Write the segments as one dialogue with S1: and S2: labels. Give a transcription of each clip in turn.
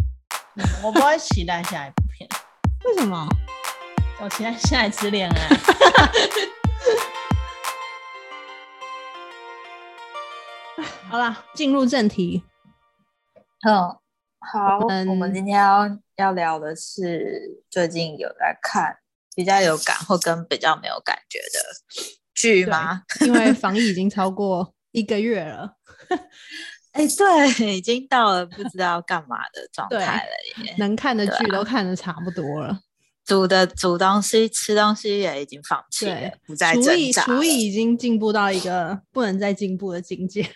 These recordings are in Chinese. S1: 我不会期待下一部片，
S2: 为什么？
S1: 我期待下一次恋爱。
S2: 好啦，进入正题。
S3: 嗯，好，
S2: 我们
S3: 我们今天要要聊的是最近有在看比较有感或跟比较没有感觉的剧吗？
S2: 因为防疫已经超过一个月 了，
S3: 哎、对，已经到了不知道干嘛的状态了耶。
S2: 能看的
S3: 对啊
S2: 剧都看的差不多了。
S3: 煮的煮东西、吃东西也已经放弃了
S2: 对，
S3: 不再
S2: 厨
S3: 挣
S2: 艺
S3: 扎
S2: 厨
S3: 了，
S2: 艺已经进步到一个不能再进步的境 界，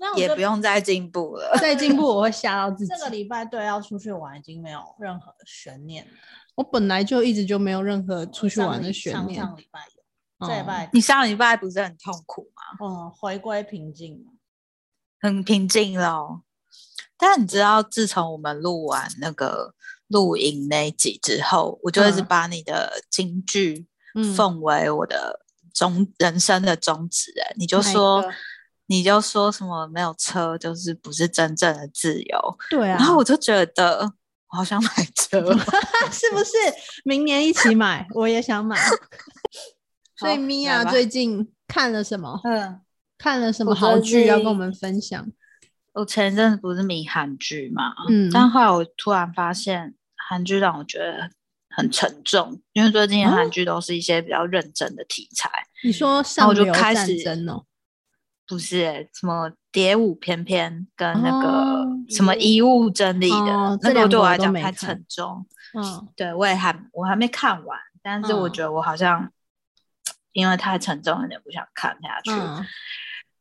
S1: 那我
S3: 也
S1: 这
S3: 不用再进步了。
S2: 再进步我会吓到自己
S3: 嗯
S1: 这。个礼拜对要出去玩已经没有任何悬念了。
S2: 我本来就一直就没有任何出去玩的悬
S1: 上
S2: 念，
S1: 上礼拜有，
S3: 嗯
S1: 这礼拜
S3: 你上礼拜不是很痛苦吗？
S1: 嗯回归平静嘛。
S3: 很平静咯。但你知道，自从我们录完那个录影那一集之后，我就一直
S2: 嗯
S3: 把你的京剧
S2: 嗯
S3: 奉为我的宗、人生的宗旨。哎，你就
S2: 哪一
S3: 说
S2: 个，
S3: 你就说什么没有车就是不是真正的自由。
S2: 对啊
S3: 然，后我就觉得，我好想买 车哦。
S2: 是不是明年一起买？我也想 买。所以
S3: 好
S2: 米
S3: 来
S2: 娅
S3: 吧
S2: 最近看了什么？
S3: 嗯，
S2: 看了什么
S3: 我
S2: 好
S3: 最
S2: 剧要跟
S3: 近
S2: 我们分享？
S3: 我前一阵子不是迷韩剧嘛，
S2: 嗯
S3: 但后来我突然发现，韩剧让我觉得很沉重，因为最近
S2: 哦
S3: 的韩剧都是一些比较认真的题材，
S2: 你说
S3: 我
S2: 上
S3: 就
S2: 流
S3: 开
S2: 战
S3: 始
S2: 争哦，
S3: 不是欸、什么《蝶舞翩翩》跟那个
S2: 哦
S3: 什么《遗物整理》的，
S2: 哦这
S3: 那
S2: 两
S3: 个
S2: 个
S3: 对
S2: 我
S3: 来
S2: 都
S3: 讲
S2: 没
S3: 太
S2: 看
S3: 沉重。
S2: 嗯，
S3: 对我也还我还没看完，但是我
S2: 嗯
S3: 觉得我好像、因为太沉重，有点不想看下去，
S2: 嗯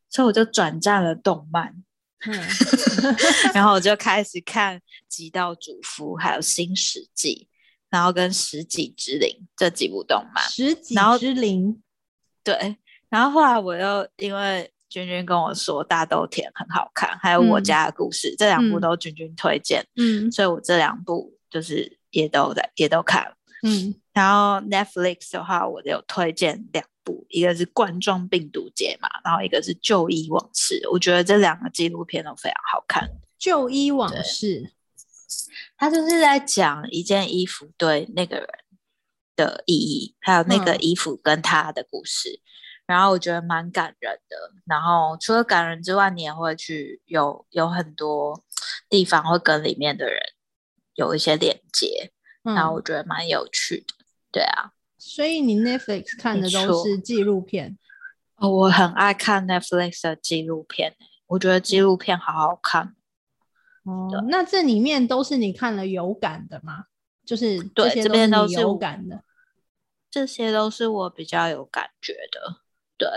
S3: 所以我就转战了动漫。
S2: 嗯，
S3: 然后我就开始看《极道主夫》，还有《新世纪》，然后跟《十几之灵》这几部动漫。
S2: 十几
S3: 然后
S2: 之灵，
S3: 对，然后后来我又因为君君跟我说《大豆田》很好看，还有《我
S2: 嗯
S3: 家的故事》这两部
S2: 嗯
S3: 都君君推荐，
S2: 嗯
S3: 所以我这两部就是也都在也都看了。
S2: 嗯，
S3: 然后 Netflix 的话，我有推荐两部，一个是《冠状病毒节》嘛，然后一个是《就医往事》，我觉得这两个纪录片都非常好看。
S2: 旧衣往
S3: 对
S2: 事，
S3: 他就是在讲一件衣服对那个人的意义，还有那个
S2: 嗯
S3: 衣服跟他的故事。然后我觉得蛮感人的。然后除了感人之外，你也会去有有很多地方会跟里面的人有一些连接，然后我
S2: 嗯，
S3: 觉得蛮有趣的。对啊，
S2: 所以你 Netflix 看
S3: 没
S2: 的都
S3: 错
S2: 是纪录片，
S3: 哦，我很爱看 Netflix 的纪录片欸、我觉得
S2: 嗯
S3: 纪录片好好看。
S2: 哦，那这里面都是你看了有感的吗？就是
S3: 对
S2: 些
S3: 这
S2: 都
S3: 边都
S2: 你
S3: 是
S2: 有
S3: 我
S2: 感的，
S3: 这些都是我比较有感觉的。对，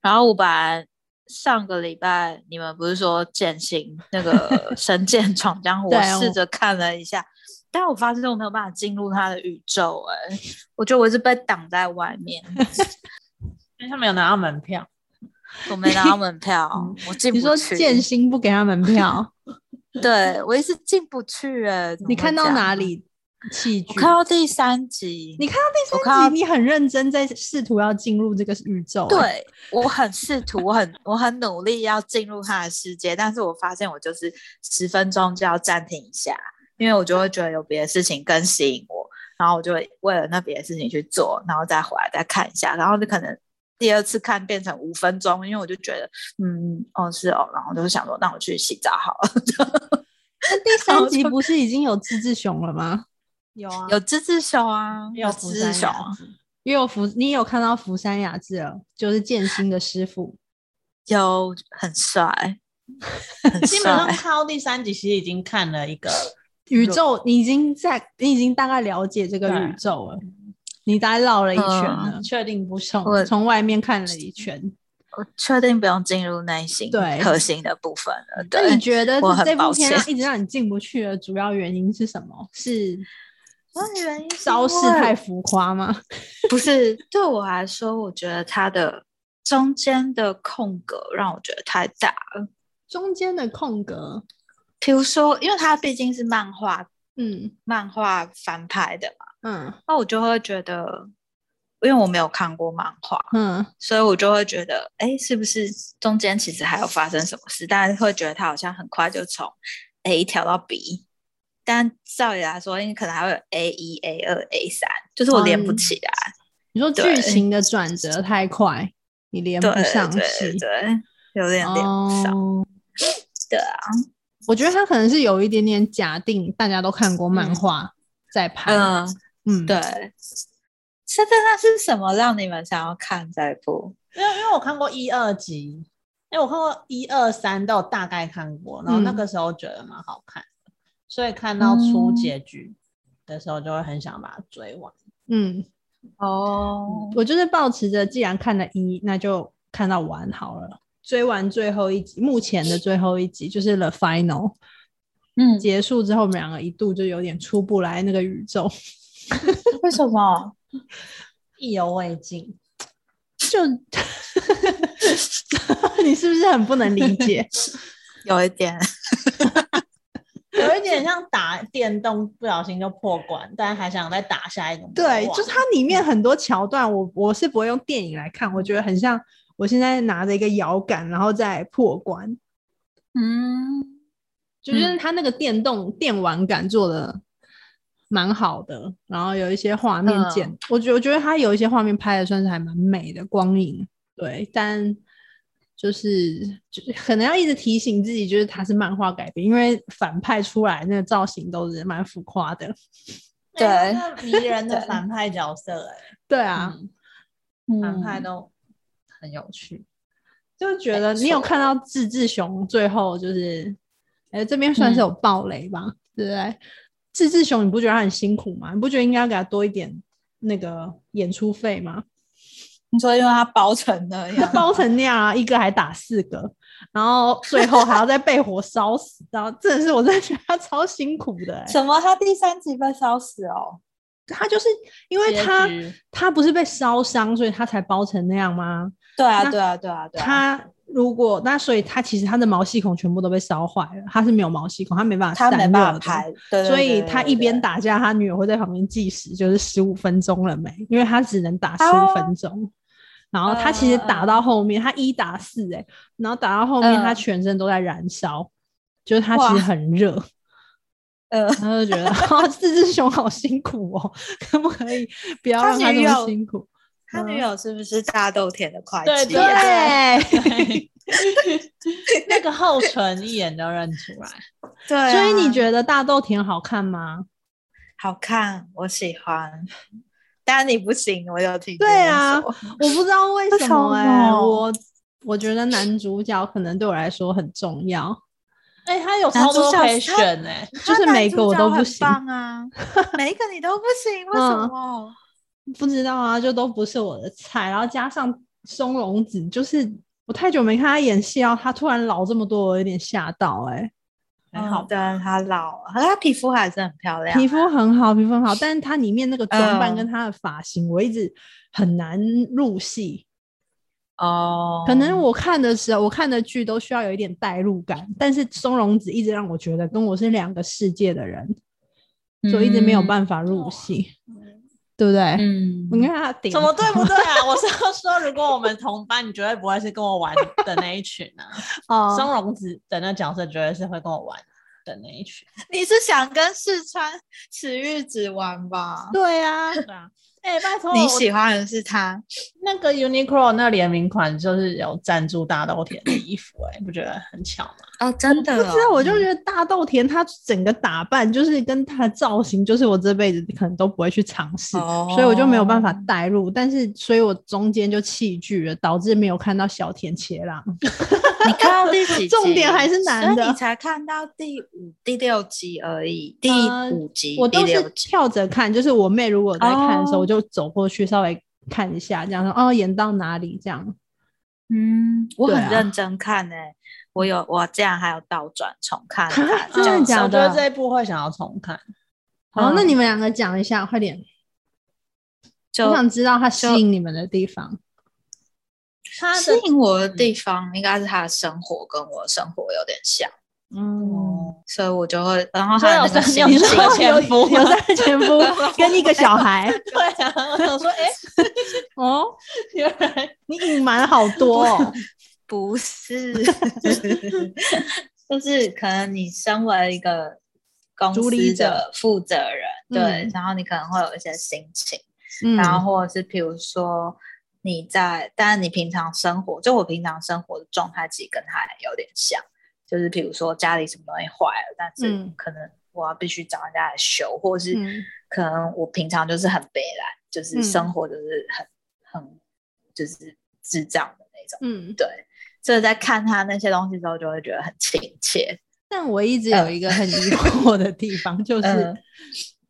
S3: 然后我本来上个礼拜你们不是说践行那 个《神剑闯江湖》，
S2: 对
S3: 我
S2: 哦
S3: 试着看了一下，但我发现我没有办法进入他的宇宙、哎，我觉得我是被挡在外 面，
S1: 因为他没有拿到门票，
S3: 我没拿到门票，我进不
S2: 嗯哦你
S3: 去。
S2: 说建新不给他门 票，
S3: 对我一直进不去、哎，
S2: 你看到哪
S3: 里？
S2: 里戏
S3: 我
S2: 剧？
S3: 看到第三集，
S2: 你看到第
S3: 我看
S2: 三
S3: 到
S2: 集，你很认真在试图要进入这个宇宙，欸，
S3: 对我很试图，我很 我很努力要进入他的世界，但是我发现我就是十分钟就要暂停一下，因为我就会觉得有别的事情更吸引我，然后我就会为了那别的事情去做，然后再回来再看一下，然后就可能第二次看变成五分钟，因为我就觉得嗯哦是哦，然后就想说那我去洗澡好了。
S2: 那第
S3: 然
S2: 三
S3: 后
S2: 集
S3: 就
S2: 不是已经有自志熊了吗？
S1: 有啊
S3: 有芝芝熊啊，有
S1: 福
S3: 芝芝
S1: 山
S3: 熊
S1: 雅
S3: 啊，
S1: 治
S2: 也有福，你有看到福山雅治了，就是剑心的师傅。
S3: 有很 帅，很
S1: 基 本上
S3: 帅。
S1: 看到第三集，其实已经看了一个，
S2: 宇宙，你已经在，你已经大概了解这个
S1: 对
S2: 宇宙了，你大概绕了一圈了，
S1: 确定不是
S3: 我
S2: 从从外面看了一圈。
S3: 我确定不用进入内心
S2: 对
S3: 核心的部分了。对，
S2: 那你觉得
S3: 我很
S2: 这部
S3: 抱
S2: 片
S3: 歉
S2: 让一直让你进不去的主要原因是什么？是
S3: 那原因是
S2: 招
S3: 因
S2: 式
S3: 为
S2: 太浮夸吗？
S3: 不是对我来说，我觉得它的中间的空格让我觉得太大了。
S2: 中间的空格，
S3: 比如说，因为它毕竟是漫画
S2: 嗯
S3: 漫画翻拍的嘛，
S2: 嗯
S3: 那我就会觉得，因为我没有看过漫画，
S2: 嗯，
S3: 所以我就会觉得，哎，是不是中间其实还有发生什么事？但是会觉得它好像很快就从 A 跳到 B，但照理来说，你可能还会有 A 一、A 二、A 三，就是我连不
S2: 嗯
S3: 起来。
S2: 你说
S3: 对
S2: 剧情的转折太快，你连不
S3: 对
S2: 上
S3: 对
S2: 戏。
S3: 对，有点连不上。
S2: 哦，
S3: 对啊，
S2: 我觉得他可能是有一点点假定大家都看过漫画在拍。
S3: 嗯，
S2: 嗯，
S3: 对。是的，那是什么让你们想要看这一部？
S1: 因为因为我看过一二集，哎、我看过一二三都有大概看过，然后那
S2: 嗯
S1: 个时候觉得蛮好看的，所以看到出
S3: 嗯
S1: 结局的时候就会很想把它追完。
S2: 嗯，
S3: 哦
S2: 我就是抱持着，既然看了一，那就看到完好了。追完最后一集，目前的最后一集就是 The Final
S3: 嗯，
S2: 结束之后，我们两个一度就有点出不来那个宇宙，
S3: 嗯为什么？
S1: 意犹未尽，
S2: 就你是不是很不能理 解？
S3: 有一点，
S1: 有一点像打电动不小心就破关，但还想再打下一个魔
S2: 对，
S1: 王
S2: 就是它里面很多桥段，我我是不会用电影来看，我觉得很像我现在拿着一个摇杆，然后再破关，
S3: 嗯，
S2: 就是它那个电动电玩感做的蛮好的，然后有一些画面
S3: 嗯
S2: 剪，我觉我觉得它有一些画面拍的算是还蛮美的光影，对，但。就是就是可能要一直提醒自己，就是它是漫画改编，因为反派出来那个造型都是蛮浮夸的。
S1: 哎
S3: 对
S1: 那迷人的
S3: 对
S1: 反派角色、哎，
S2: 对啊，
S1: 嗯反
S3: 嗯
S1: 派都很有趣。
S2: 就觉
S3: 没
S2: 得你有
S3: 错
S2: 看到志志熊最后就是，哎、这边算是有暴雷吧，对不对？志志熊，你不觉得他很辛苦吗？你不觉得应该要给他多一点那个演出费吗？
S3: 你说因为它包成那
S2: 他
S3: 样，
S2: 包成那样啊，一个还打四个，然后最后还要再被火烧死，然后真的是我真的觉得他超辛苦的、 欸。
S3: 什么？他第三集被烧死哦？
S2: 他就是因为
S1: 结
S2: 他
S1: 局
S2: 他不是被烧伤，所以他才包成那样吗？
S3: 对啊，
S2: 那
S3: 对啊，对啊，对啊，
S2: 他如果那所以他其实他的毛细孔全部都被烧坏了，他是没有毛细孔，他没办法
S3: 他
S2: 散
S3: 没
S2: 热
S3: 办
S2: 的
S3: 法拍，对对
S2: 所以
S3: 对对
S2: 他
S3: 对
S2: 一边
S3: 对
S2: 打架，他女儿会在旁边计时，就是十五分钟了没，因为他只能打十
S3: 哦
S2: 五分钟。然后他其实打到后面，他一打四哎、然后打到后面
S3: 嗯
S2: 他全身都在燃烧，就是他其
S3: 哇
S2: 实很热，
S3: 嗯呃，
S2: 他就觉得 哦，这只熊好辛苦哦， 可不可以不要
S3: 他
S2: 让他
S3: 女
S2: 那么
S3: 友
S2: 辛苦？
S3: 他女友是不是大豆田的会计啊？
S1: 对对
S2: 对，
S1: 那个厚唇一眼就认出来，
S3: 对啊
S2: 所以你觉得大豆田好看吗？
S3: 好看？我喜欢，但你不行，我有听。
S2: 对啊，我不知道为
S3: 为
S2: 什
S3: 什
S2: 么哎、
S3: 么
S2: 我我觉得男主角可能对我来说很重要，
S1: 哎、他有
S3: 男
S1: 超
S3: 主
S1: 多
S3: 角
S1: 可以
S3: 他嗯
S1: 选哎、
S2: 就是每个我都不行，嗯
S3: 棒啊，每一个你都不行，为什么？
S2: 不知道啊，就都不是我的菜。然后加上松隆子，就是我太久没看他演戏啊，他突然老这么多，我有点吓到哎、
S1: 还好吧
S3: 对，她老了，可是她皮肤还是很漂亮啊。
S2: 皮肤很好，皮肤很好，但是他里面那个装扮
S3: 嗯
S2: 跟他的发型，我一直很难入戏。
S3: 哦，
S2: 可能我看的时候，我看的剧都需要有一点代入感，但是松隆子一直让我觉得跟我是两个世界的人，所以一直没有办法入戏，对不对？
S3: 嗯，
S2: 你看他顶
S1: 怎么对不对啊？我是要说，如果我们同班，你绝对不会是跟我玩的那一群啊。
S2: 哦
S1: 松隆子的那角色绝对是会跟我玩的那一群。
S3: 你是想跟四川史玉子玩吧？
S2: 对 啊，
S1: 对啊，哎、拜托，
S3: 你
S1: 我
S3: 喜欢的是他，
S1: 那个 Uniqlo 那联名款就是有赞助大豆田的衣服、哎，不觉得很巧吗？
S3: 哦，真的、
S2: 不知道，我
S3: 嗯
S2: 就觉得大豆田他整个打扮就是跟他的造型，就是我这辈子可能都不会去尝试，
S3: 哦
S2: 所以我就没有办法代入。但是，所以我中间就弃剧了，导致没有看到小田切郎。
S3: 你看到第几 集？
S2: 重点还是男的
S3: 所以你才看到第五、第六集而已，第
S2: 呃
S3: 五集、
S2: 我
S3: 第
S2: 都是
S3: 六集。
S2: 跳着看，就是我妹如果在看的时候，
S3: 哦
S2: 我就走过去稍微看一下，这样说哦，演到哪里这样。
S3: 嗯，我
S2: 对
S3: 很
S2: 啊，
S3: 认真看呢、我有我这样还有倒转重看它
S2: 真
S3: 这
S2: 的
S3: 样子
S2: 假
S1: 啊我觉得
S2: 的？
S1: 这一部会想要重看。
S2: 好，
S3: 嗯
S2: 那你们两个讲一下，快点，
S3: 就
S2: 我想知道它吸
S3: 就
S2: 引你们的地方。
S1: 他
S3: 吸
S1: 的
S3: 引我的
S2: 嗯
S3: 地方应该是他的生活跟我的生活有点像，
S2: 嗯，
S1: 哦，
S3: 所以我就会，然后
S1: 所以
S3: 还有
S1: 有
S3: 那个
S1: 三
S3: 心
S1: 有
S2: 你
S1: 是
S2: 说
S1: 三
S3: 情
S1: 个
S2: 有
S1: 前夫
S2: 有三个前 夫跟一个小孩
S1: 对啊，我想说，哎、
S2: 哦，
S1: 原来
S2: 你隐瞒好多哦。
S3: 不 是，就是可能你身为一个公
S2: 主理
S3: 司
S2: 者
S3: 的负责人，对
S2: 嗯，
S3: 然后你可能会有一些心情，
S2: 嗯，
S3: 然后或者是譬如说你在，但是你平常生活，就我平常生活的状态其实跟他有点像，就是譬如说家里什么东西坏了，但是
S2: 嗯
S3: 可能我要必须找人家来修，或是
S2: 嗯
S3: 可能我平常就是很悲蓝，就是
S2: 嗯
S3: 生活就是很、很就是智障的那种，
S2: 嗯，
S3: 对。所以在看他那些东西之后，就会觉得很亲切。
S2: 但我一直有一个很疑惑的地方，就是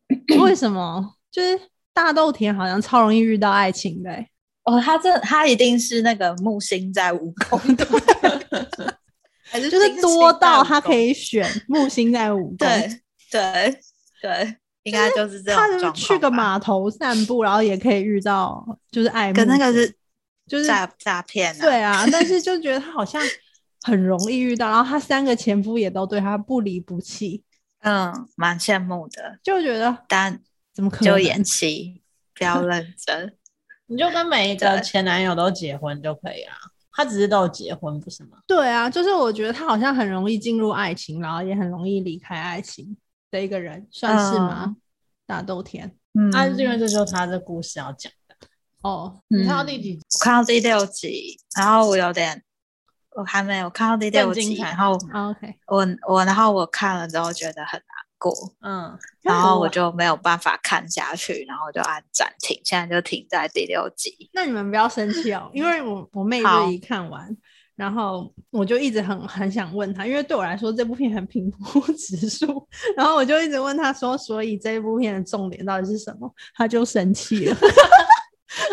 S3: 嗯
S2: 为什么就是大豆田好像超容易遇到爱情的欸、
S3: 哦，他这他一定是那个木星在蜈蚣， 对，还是
S2: 就是
S3: 金星
S2: 多
S3: 在
S2: 到
S3: 蜈
S2: 他
S3: 蚣
S2: 可以选木星在 武功，
S3: 对对对，应该就是这
S2: 他
S3: 种
S2: 就
S3: 状
S2: 去个
S3: 况吧，
S2: 码头散步，然后也可以遇到就是爱慕者，
S3: 跟那个是
S2: 就是
S3: 诈诈骗啊，
S2: 对啊，但是就觉得他好像很容易遇到，然后他三个前夫也都对他不离不弃，
S3: 嗯，蛮羡慕的，
S2: 就觉得
S3: 但
S2: 怎么可能？
S3: 就演戏，不要认真。
S1: 你就跟每一个
S3: 对
S1: 前男友都结婚就可以啊。他只是都有结婚，不是吗？
S2: 对啊，就是我觉得他好像很容易进入爱情，然后也很容易离开爱情的一个人，算是吗？大豆田
S3: 嗯
S1: 啊，因为这就是他这故事要讲。
S2: 哦，
S3: 嗯
S1: 你看到第几集？
S3: 我看到第六集，然后我有点，我还没有看到第六
S1: 更精
S3: 集，
S1: 彩
S3: 然后
S2: 啊 OK，
S3: 我我然后我看了之后觉得很难过，
S1: 嗯，
S3: 然后我
S2: 那
S3: 就没有办法看下去，然后我就按暂停，现在就停在第六集。
S2: 那你们不要生气哦，因为我我妹
S3: 嗯好
S2: 就一看完，然后我就一直很很想问她，因为对我来说这部片很平铺直述，然后我就一直问她说，所以这部片的重点到底是什么？她就生气了，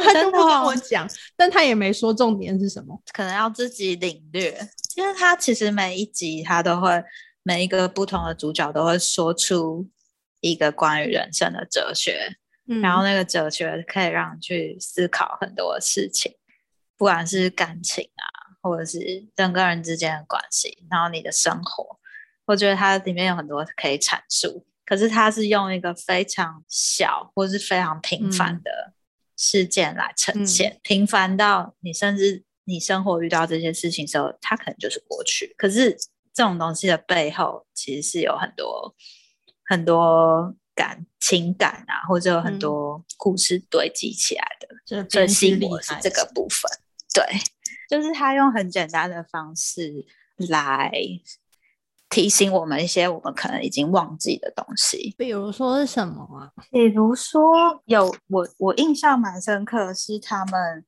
S2: 她就
S3: 真
S2: 不
S3: 的
S2: 跟
S3: 哦
S2: 我讲，但她也没说重点是什么。
S3: 可能要自己领略，因为他其实每一集他都会每一个不同的主角都会说出一个关于人生的哲学，
S2: 嗯
S3: 然后那个哲学可以让你去思考很多的事情，不管是感情啊，或者是人跟人之间的关系，然后你的生活，我觉得它里面有很多可以阐述。可是它是用一个非常小或是非常平
S2: 嗯
S3: 凡的事件来呈
S2: 嗯
S3: 现，平凡到你甚至你生活遇到这些事情的时候，它可能就是过去。可是这种东西的背后，其实是有很多很多感情感啊，或者有
S2: 嗯
S3: 很多故事堆积起来的。
S1: 就是
S3: 最
S1: 编
S3: 吸
S1: 剧
S3: 引
S1: 厉
S3: 我是
S1: 害
S3: 这个部分。对，就是他用很简单的方式来提醒我们一些我们可能已经忘记的东西。
S2: 比如说是什么啊？
S3: 比如说，有我我印象蛮深刻的是他们。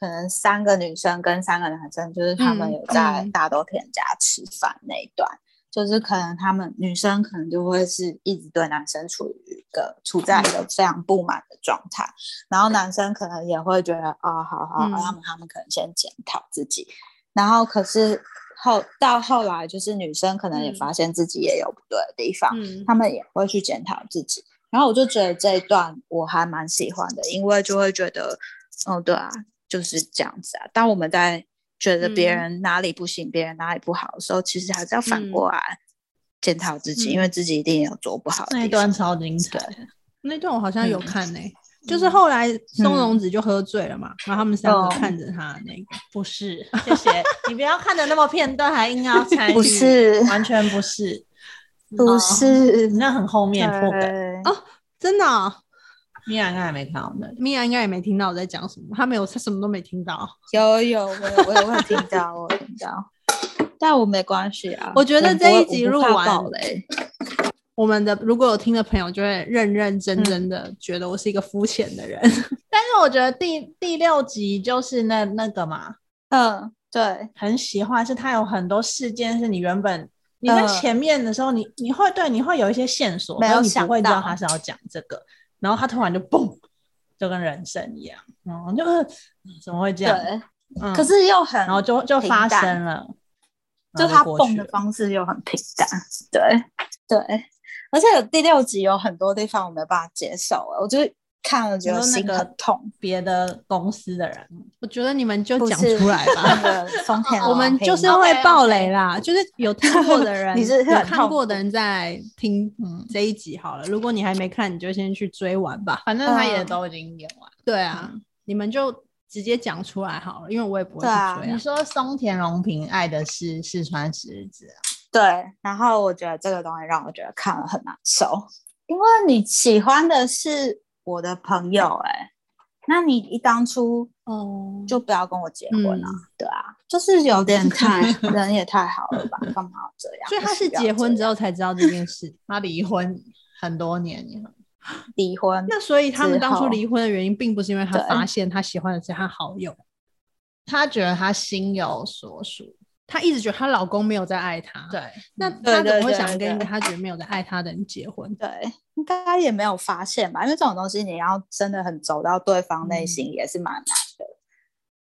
S3: 可能三个女生跟三个男生，就是他们
S2: 嗯
S3: 有在
S2: 嗯
S3: 大豆田家吃饭那一段，就是可能他们女生可能就会是一直对男生处于一个处在一
S2: 嗯
S3: 个非常不满的状态，然后男生可能也会觉得啊、好好，
S2: 嗯
S3: 他们他们可能先检讨自己，然后可是后到后来就是女生可能也
S2: 嗯
S3: 发现自己也有不对的地方，
S2: 嗯
S3: 他们也会去检讨自己。然后我就觉得这一段我还蛮喜欢的，因为就会觉得，哦，对啊，就是这样子啊。当我们在觉得别
S2: 嗯
S3: 人哪里不行、别人哪里不好的时候，其实还是要反过来检讨自己，
S2: 嗯
S3: 因为自己一定有做不好的
S1: 那一
S3: 地
S1: 段
S3: 方。
S1: 超精彩的，
S2: 那段我好像有
S3: 嗯
S2: 看呢、就是后来松隆子就喝醉了嘛，然后他们三个
S3: 哦
S2: 看着他那个，
S1: 不是？ 谢谢你不要看的那么片段，还硬 要参与，
S3: 不，是，
S1: 完全不是，
S3: 不是，
S1: 你那很后面破梗，
S3: 对
S2: 真的哦、
S1: 你两个还没看到那里。
S2: 米娅应该也没听到我在讲什么，她没有，她什么都没听到。
S3: 有有，我有我有我有听到，我有听到，但我没关系啊。
S2: 我觉得
S3: 不
S2: 这一
S3: 会
S2: 集
S3: 我不
S2: 录
S3: 怕
S2: 完
S3: 爆雷，
S2: 我们的如果有听的朋友，就会认认真真的觉得我是一个肤浅的人。
S1: 但是我觉得第第六集就是那那个嘛，
S3: 嗯，对，
S1: 很喜欢是它有很多事件是你原本你在
S3: 嗯
S2: 呃
S1: 前面的时候，你你会对你会有一些线索，
S3: 没有
S1: 然后你不
S3: 想
S1: 会知道
S3: 到
S1: 他是要讲这个，然后他突然就嘣，就跟人生一样，然后就是嗯怎么会这样？
S3: 对，
S1: 嗯
S3: 可是又很，
S1: 然后就就
S3: 平
S1: 发
S3: 淡
S1: 生了，
S3: 就
S1: 然后
S3: 他
S1: 过
S3: 蹦
S1: 去
S3: 的
S1: 了
S3: 方式又很平淡，对对，而且有第六集有很多地方我没办法接受啊，我就是看了觉
S1: 你
S3: 得
S1: 说那
S3: 心
S1: 个
S3: 很痛。
S1: 别的公司的人，
S2: 我觉得你们就
S3: 不
S2: 讲
S3: 是
S2: 出来吧，
S3: 那个丰 田
S2: 我们
S3: 良平
S2: 就是
S3: 吗
S2: 会爆雷啦。就是有听过的人，
S3: 你是
S2: 有
S3: 很
S2: 看
S3: 痛
S2: 过的
S3: 苦
S2: 人再来听
S1: 嗯
S2: 这一集好了。如果你还没看，你就先去追完吧。
S1: 反正他也
S3: 嗯
S1: 都已经演完。
S2: 对啊，你们就直接讲出来好了，因为我也不会去
S3: 对啊
S2: 追
S1: 你
S2: 啊。
S1: 说松田龙平爱的是四川十日子啊，
S3: 对，然后我觉得这个东西让我觉得看了很难受，因为你喜欢的是我的朋友、欸，哎，那你一当初
S2: 哦
S3: 就不要跟我结婚啊，
S2: 嗯
S3: 对啊，就是有点太 人也太好了吧，干嘛要这样？
S2: 所以他
S3: 不需
S2: 是
S3: 要
S2: 结婚
S3: 这
S2: 之
S3: 样
S2: 后才知道这件事。
S1: 他离婚很多年以后，
S3: 离婚，
S2: 那所以他们
S3: 之
S2: 当初
S3: 后
S2: 离婚的原因，并不是因为他
S3: 对
S2: 发现他喜欢的是他好友，
S1: 他觉得他心有所属，
S2: 她一直觉得她老公没有在爱她。，
S1: 对，
S2: 那
S3: 对
S2: 她怎么
S3: 对
S2: 会
S3: 对
S2: 想跟一个
S3: 对
S2: 她觉得没有在爱她的人结婚？
S3: 对，应该也没有发现吧？因为这种东西你要真的很走到对方内
S1: 嗯
S3: 心也是蛮难的。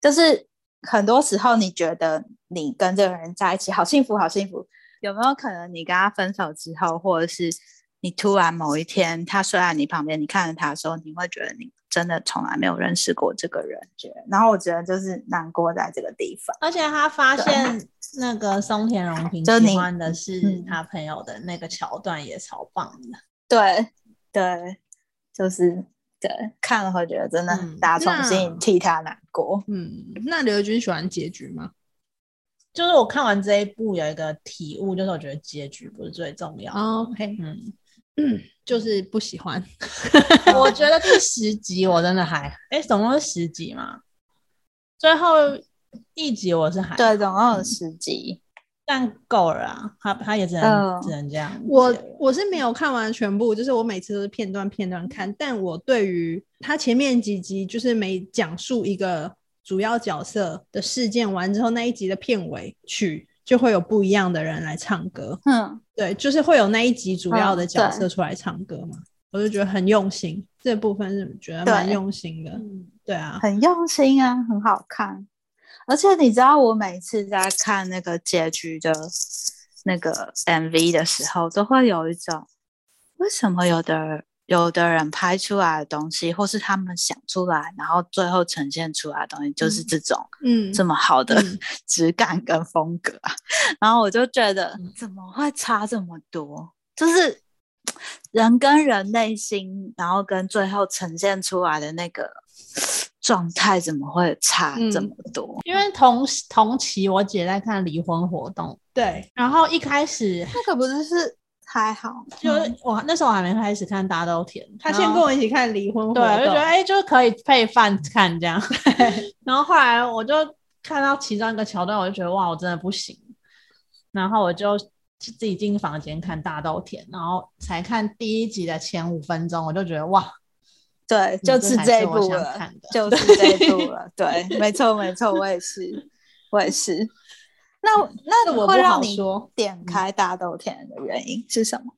S3: 就是很多时候你觉得你跟这个人在一起好幸福，好幸福，有没有可能你跟他分手之后，或者是你突然某一天他睡在你旁边，你看着他的时候，你会觉得你真的从来没有认识过这个人，觉得然后我觉得就是难过在这个地方。
S1: 而且他发
S3: 对
S1: 现那个松田荣平
S3: 就
S1: 喜
S3: 你
S1: 欢的是
S3: 嗯
S1: 他朋友的那个桥段也超棒的，
S3: 对对，就是对，看了会觉得真的
S1: 嗯
S3: 很打从心
S2: 那
S3: 里替他难过。
S2: 嗯，那刘君喜欢结局吗？
S1: 就是我看完这一部有一个体悟，就是我觉得结局不是最重要的。
S2: 哦，OK，
S1: 嗯，
S2: 就是不喜欢。
S1: 我觉得第十集我真的还，哎、总共是十集嘛，最后一集我是还，
S3: 对，总共有十集。
S1: 但够了啊，他他也只能、
S3: 嗯
S1: 只能这样。
S2: 我我是没有看完全部，就是我每次都是片段片段看，但我对于他前面几集就是每讲述一个主要角色的事件完之后，那一集的片尾曲就会有不一样的人来唱歌，
S3: 嗯，
S2: 对，就是会有那一集主要的
S3: 嗯
S2: 角色出来唱歌嘛，我就觉得很用心，这部分是觉得蛮
S3: 对
S2: 用心的，
S1: 嗯
S2: 对啊，
S3: 很用心啊，很好看。而且你知道，我每次在看那个结局的那个 MV 的时候，都会有一种为什么有的人有的人拍出来的东西，或是他们想出来，然后最后呈现出来的东西，就是这种、
S2: 嗯，
S3: 这么好的
S2: 嗯
S3: 质感跟风格啊。然后我就觉得
S1: 嗯，
S3: 怎么会差这么多？就是人跟人内心，然后跟最后呈现出来的那个 状态，怎么会差这
S2: 嗯
S3: 么多？
S1: 因为同时同期我姐在看离婚活动，
S2: 对，
S1: 然后一开始
S3: 那个不是是还好，
S1: 就
S3: 嗯哦
S1: 我那时候还没开始看大豆田，
S2: 他
S1: 然
S2: 先
S1: 后
S2: 跟我一起看离婚
S1: 嗯
S2: 活
S1: 对，
S2: 动，
S1: 我就觉得哎、诶就是可以配饭看这样。 然后后来我就看到其中一个桥段，我就觉得哇，我真的不行。然后我就自己进房间看大豆田，然后才看第一集的前五分钟，我就觉得哇，
S3: 对，就
S1: 嗯这
S3: 是
S1: 才
S3: 这
S1: 是
S3: 一
S1: 我
S3: 步
S1: 想
S3: 了，
S1: 看的
S3: 就是这一步 了。对，没错，没错，我也是，我也是。那
S1: 嗯这
S3: 那
S1: 我
S3: 会
S1: 不好
S3: 让你
S1: 说嗯
S3: 点开大豆田的原因是什么？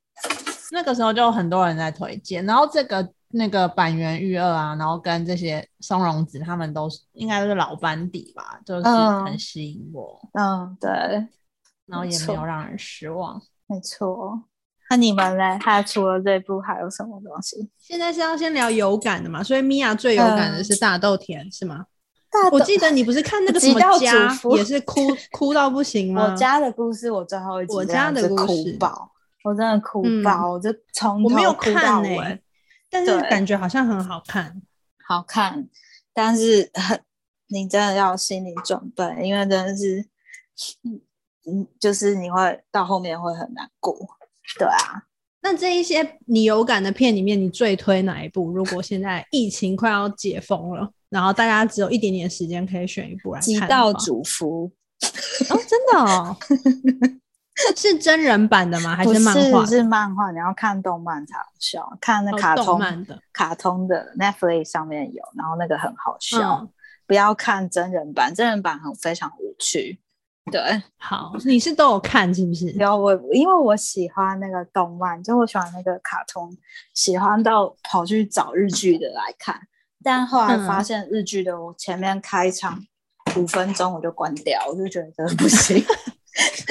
S1: 那个时候就很多人在推荐，然后这个那个板垣育二啊，然后跟这些松隆子他们都是应该都是老班底吧，就是
S3: 嗯
S1: 很吸引我，
S3: 嗯，对，
S1: 然后也
S3: 没
S1: 没有
S3: 错
S1: 让人失望。
S3: 没错。那你们嘞？还除了这部还有什么东西？
S2: 现在是要先聊有感的嘛，所以米娅最有感
S1: 嗯
S2: 的是大豆田、是吗？
S3: 大
S2: 我
S3: 豆
S2: 记得你不是看那个什么
S3: 极道
S2: 家
S3: 主妇
S2: 也是 哭哭到不行吗？
S3: 我家的故事，我最后一集
S2: 我
S3: 真
S2: 家的
S3: 是
S2: 故
S3: 哭
S2: 事
S3: 爆，我真的哭
S2: 嗯
S3: 爆，我就从
S2: 我没
S3: 头
S2: 有
S3: 哭到
S2: 看欸呢、
S3: 尾，
S2: 但是
S3: 对
S2: 感觉好像很好看。
S3: 好看，但是很你真的要有心理准备，因为真的是，嗯嗯，就是你会到后面会很难过，对啊，
S2: 那这一些你有感的片里面，你最推哪一部？如果现在疫情快要解封了，然后大家只有一点点时间可以选一部来看
S3: 极
S2: 的话，
S3: 道 主夫
S2: 哦，真的哦，是真人版的吗？还
S3: 不
S2: 漫画的？
S3: 是漫画，你要看动漫才好笑，看那
S2: 哦
S3: 卡
S2: 动
S3: 通、
S2: 漫的
S3: 卡通的 Netflix 上面有，然后那个很好笑，
S2: 嗯
S3: 不要看真人版，真人版很非常无趣。对，
S2: 好，你是都有看是不是？
S3: 然后我因为我喜欢那个动漫，就我喜欢那个卡通，喜欢到跑去找日剧的来看。但后来发
S2: 嗯
S3: 现日剧的，我前面开场五分钟我就关掉，我就觉得真的不行。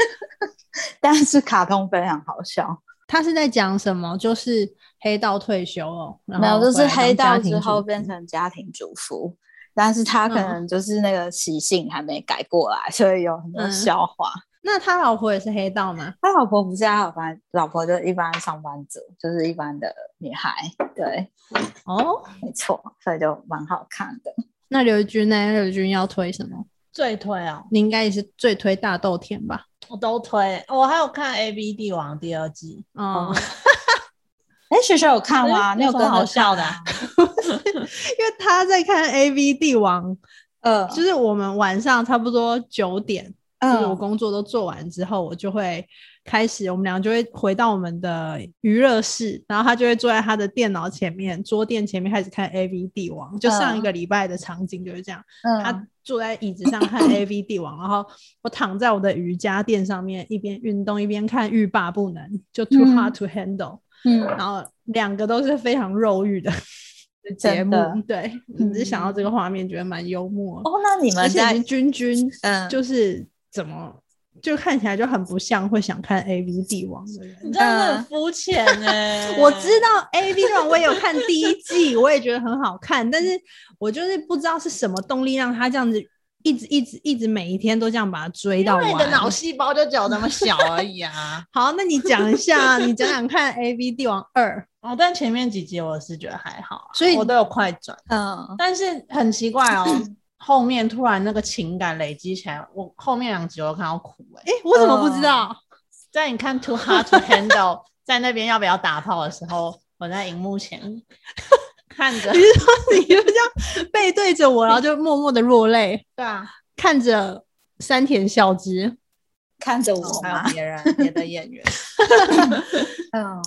S3: 但是卡通非常好笑，
S2: 他是在讲什么？就是黑道退休哦，然
S3: 没有，
S2: 后
S3: 就是
S2: 回来当
S3: 黑
S2: 家
S3: 道
S2: 庭
S3: 之后
S2: 主
S3: 变
S2: 妇
S3: 成家庭主妇，但是他可
S2: 嗯
S3: 能就是那个习性还没改过来，所以有很多
S2: 嗯
S3: 笑话。
S2: 那他老婆也是黑道吗？
S3: 他老婆不是他老婆，老婆就一般上班族，就是一般的女孩，对，
S2: 哦，
S3: 没错，所以就蛮好看的。
S2: 那刘君呢？刘君要推什么？
S1: 最推啊，
S2: 你应该也是最推大豆田吧？嗯
S1: 我都推。哦我还有看《A B 帝王》第二季，
S3: 哦
S2: 嗯，
S3: 哎，学学有看吗？
S1: 嗯
S3: 你有
S1: 有什么
S3: 跟
S1: 好
S3: 好
S1: 笑
S3: 笑
S1: 的
S3: 的、
S1: 啊
S2: 因为他在看 A V 帝王，
S3: 嗯
S2: 就是我们晚上差不多九点， 就是我
S3: 嗯
S2: 工作都做完之后，我就会开始，我们俩就会回到我们的娱乐室，然后他就会坐在他的电脑前面，桌垫前面开始看 A V 帝王，就上一个礼拜的场景就是这样。他
S3: 嗯，
S2: 坐在椅子上看 A V 帝王，然后我躺在我的瑜伽垫上面，一边运动一边看欲罢不能，就 too
S3: 嗯
S2: hard to handle、
S3: 嗯，
S2: 然后两个都是非常肉欲的 节
S3: 真
S2: 目
S3: 的，
S2: 对，
S3: 嗯
S2: 只是想到这个画面，觉得蛮幽默。
S3: 哦，那你
S2: 而
S3: 们
S2: 且
S3: 在
S2: 林君君
S3: 嗯，
S2: 就是怎么就看起来就很不像会想看 A V 帝王的人。
S1: 你真的很肤 浅哎。
S2: 我知道 A V 段我也有看第一季，我也觉得很好看，但是我就是不知道是什么动力让他这样子一直一直一直每一天都这样把它追到
S1: 因为你的脑
S2: 完。
S1: 细胞就只有那么 小而已啊。
S2: 好，那你讲一下，你讲讲看《A V 帝王二》，
S1: 哦，但前面几集我是觉得还好啊，
S2: 所以
S1: 我都有快转，
S3: 嗯
S1: 但是很奇怪 哦，后面突然那个情感累积起来，我后面两集我有看到哭哎、
S2: 诶，我怎么不知道？
S1: 在你看 Too Hard to Handle 在那边要不要打炮的时候，我在荧幕前 看着
S2: 你，是说 你就这样背对着我，然后就默默的落泪，
S1: 对啊，
S2: 看着山田孝之？
S3: 看着
S1: 哦
S3: 我
S1: 还
S3: 嘛
S1: 有，别人别的演员，
S3: 嗯，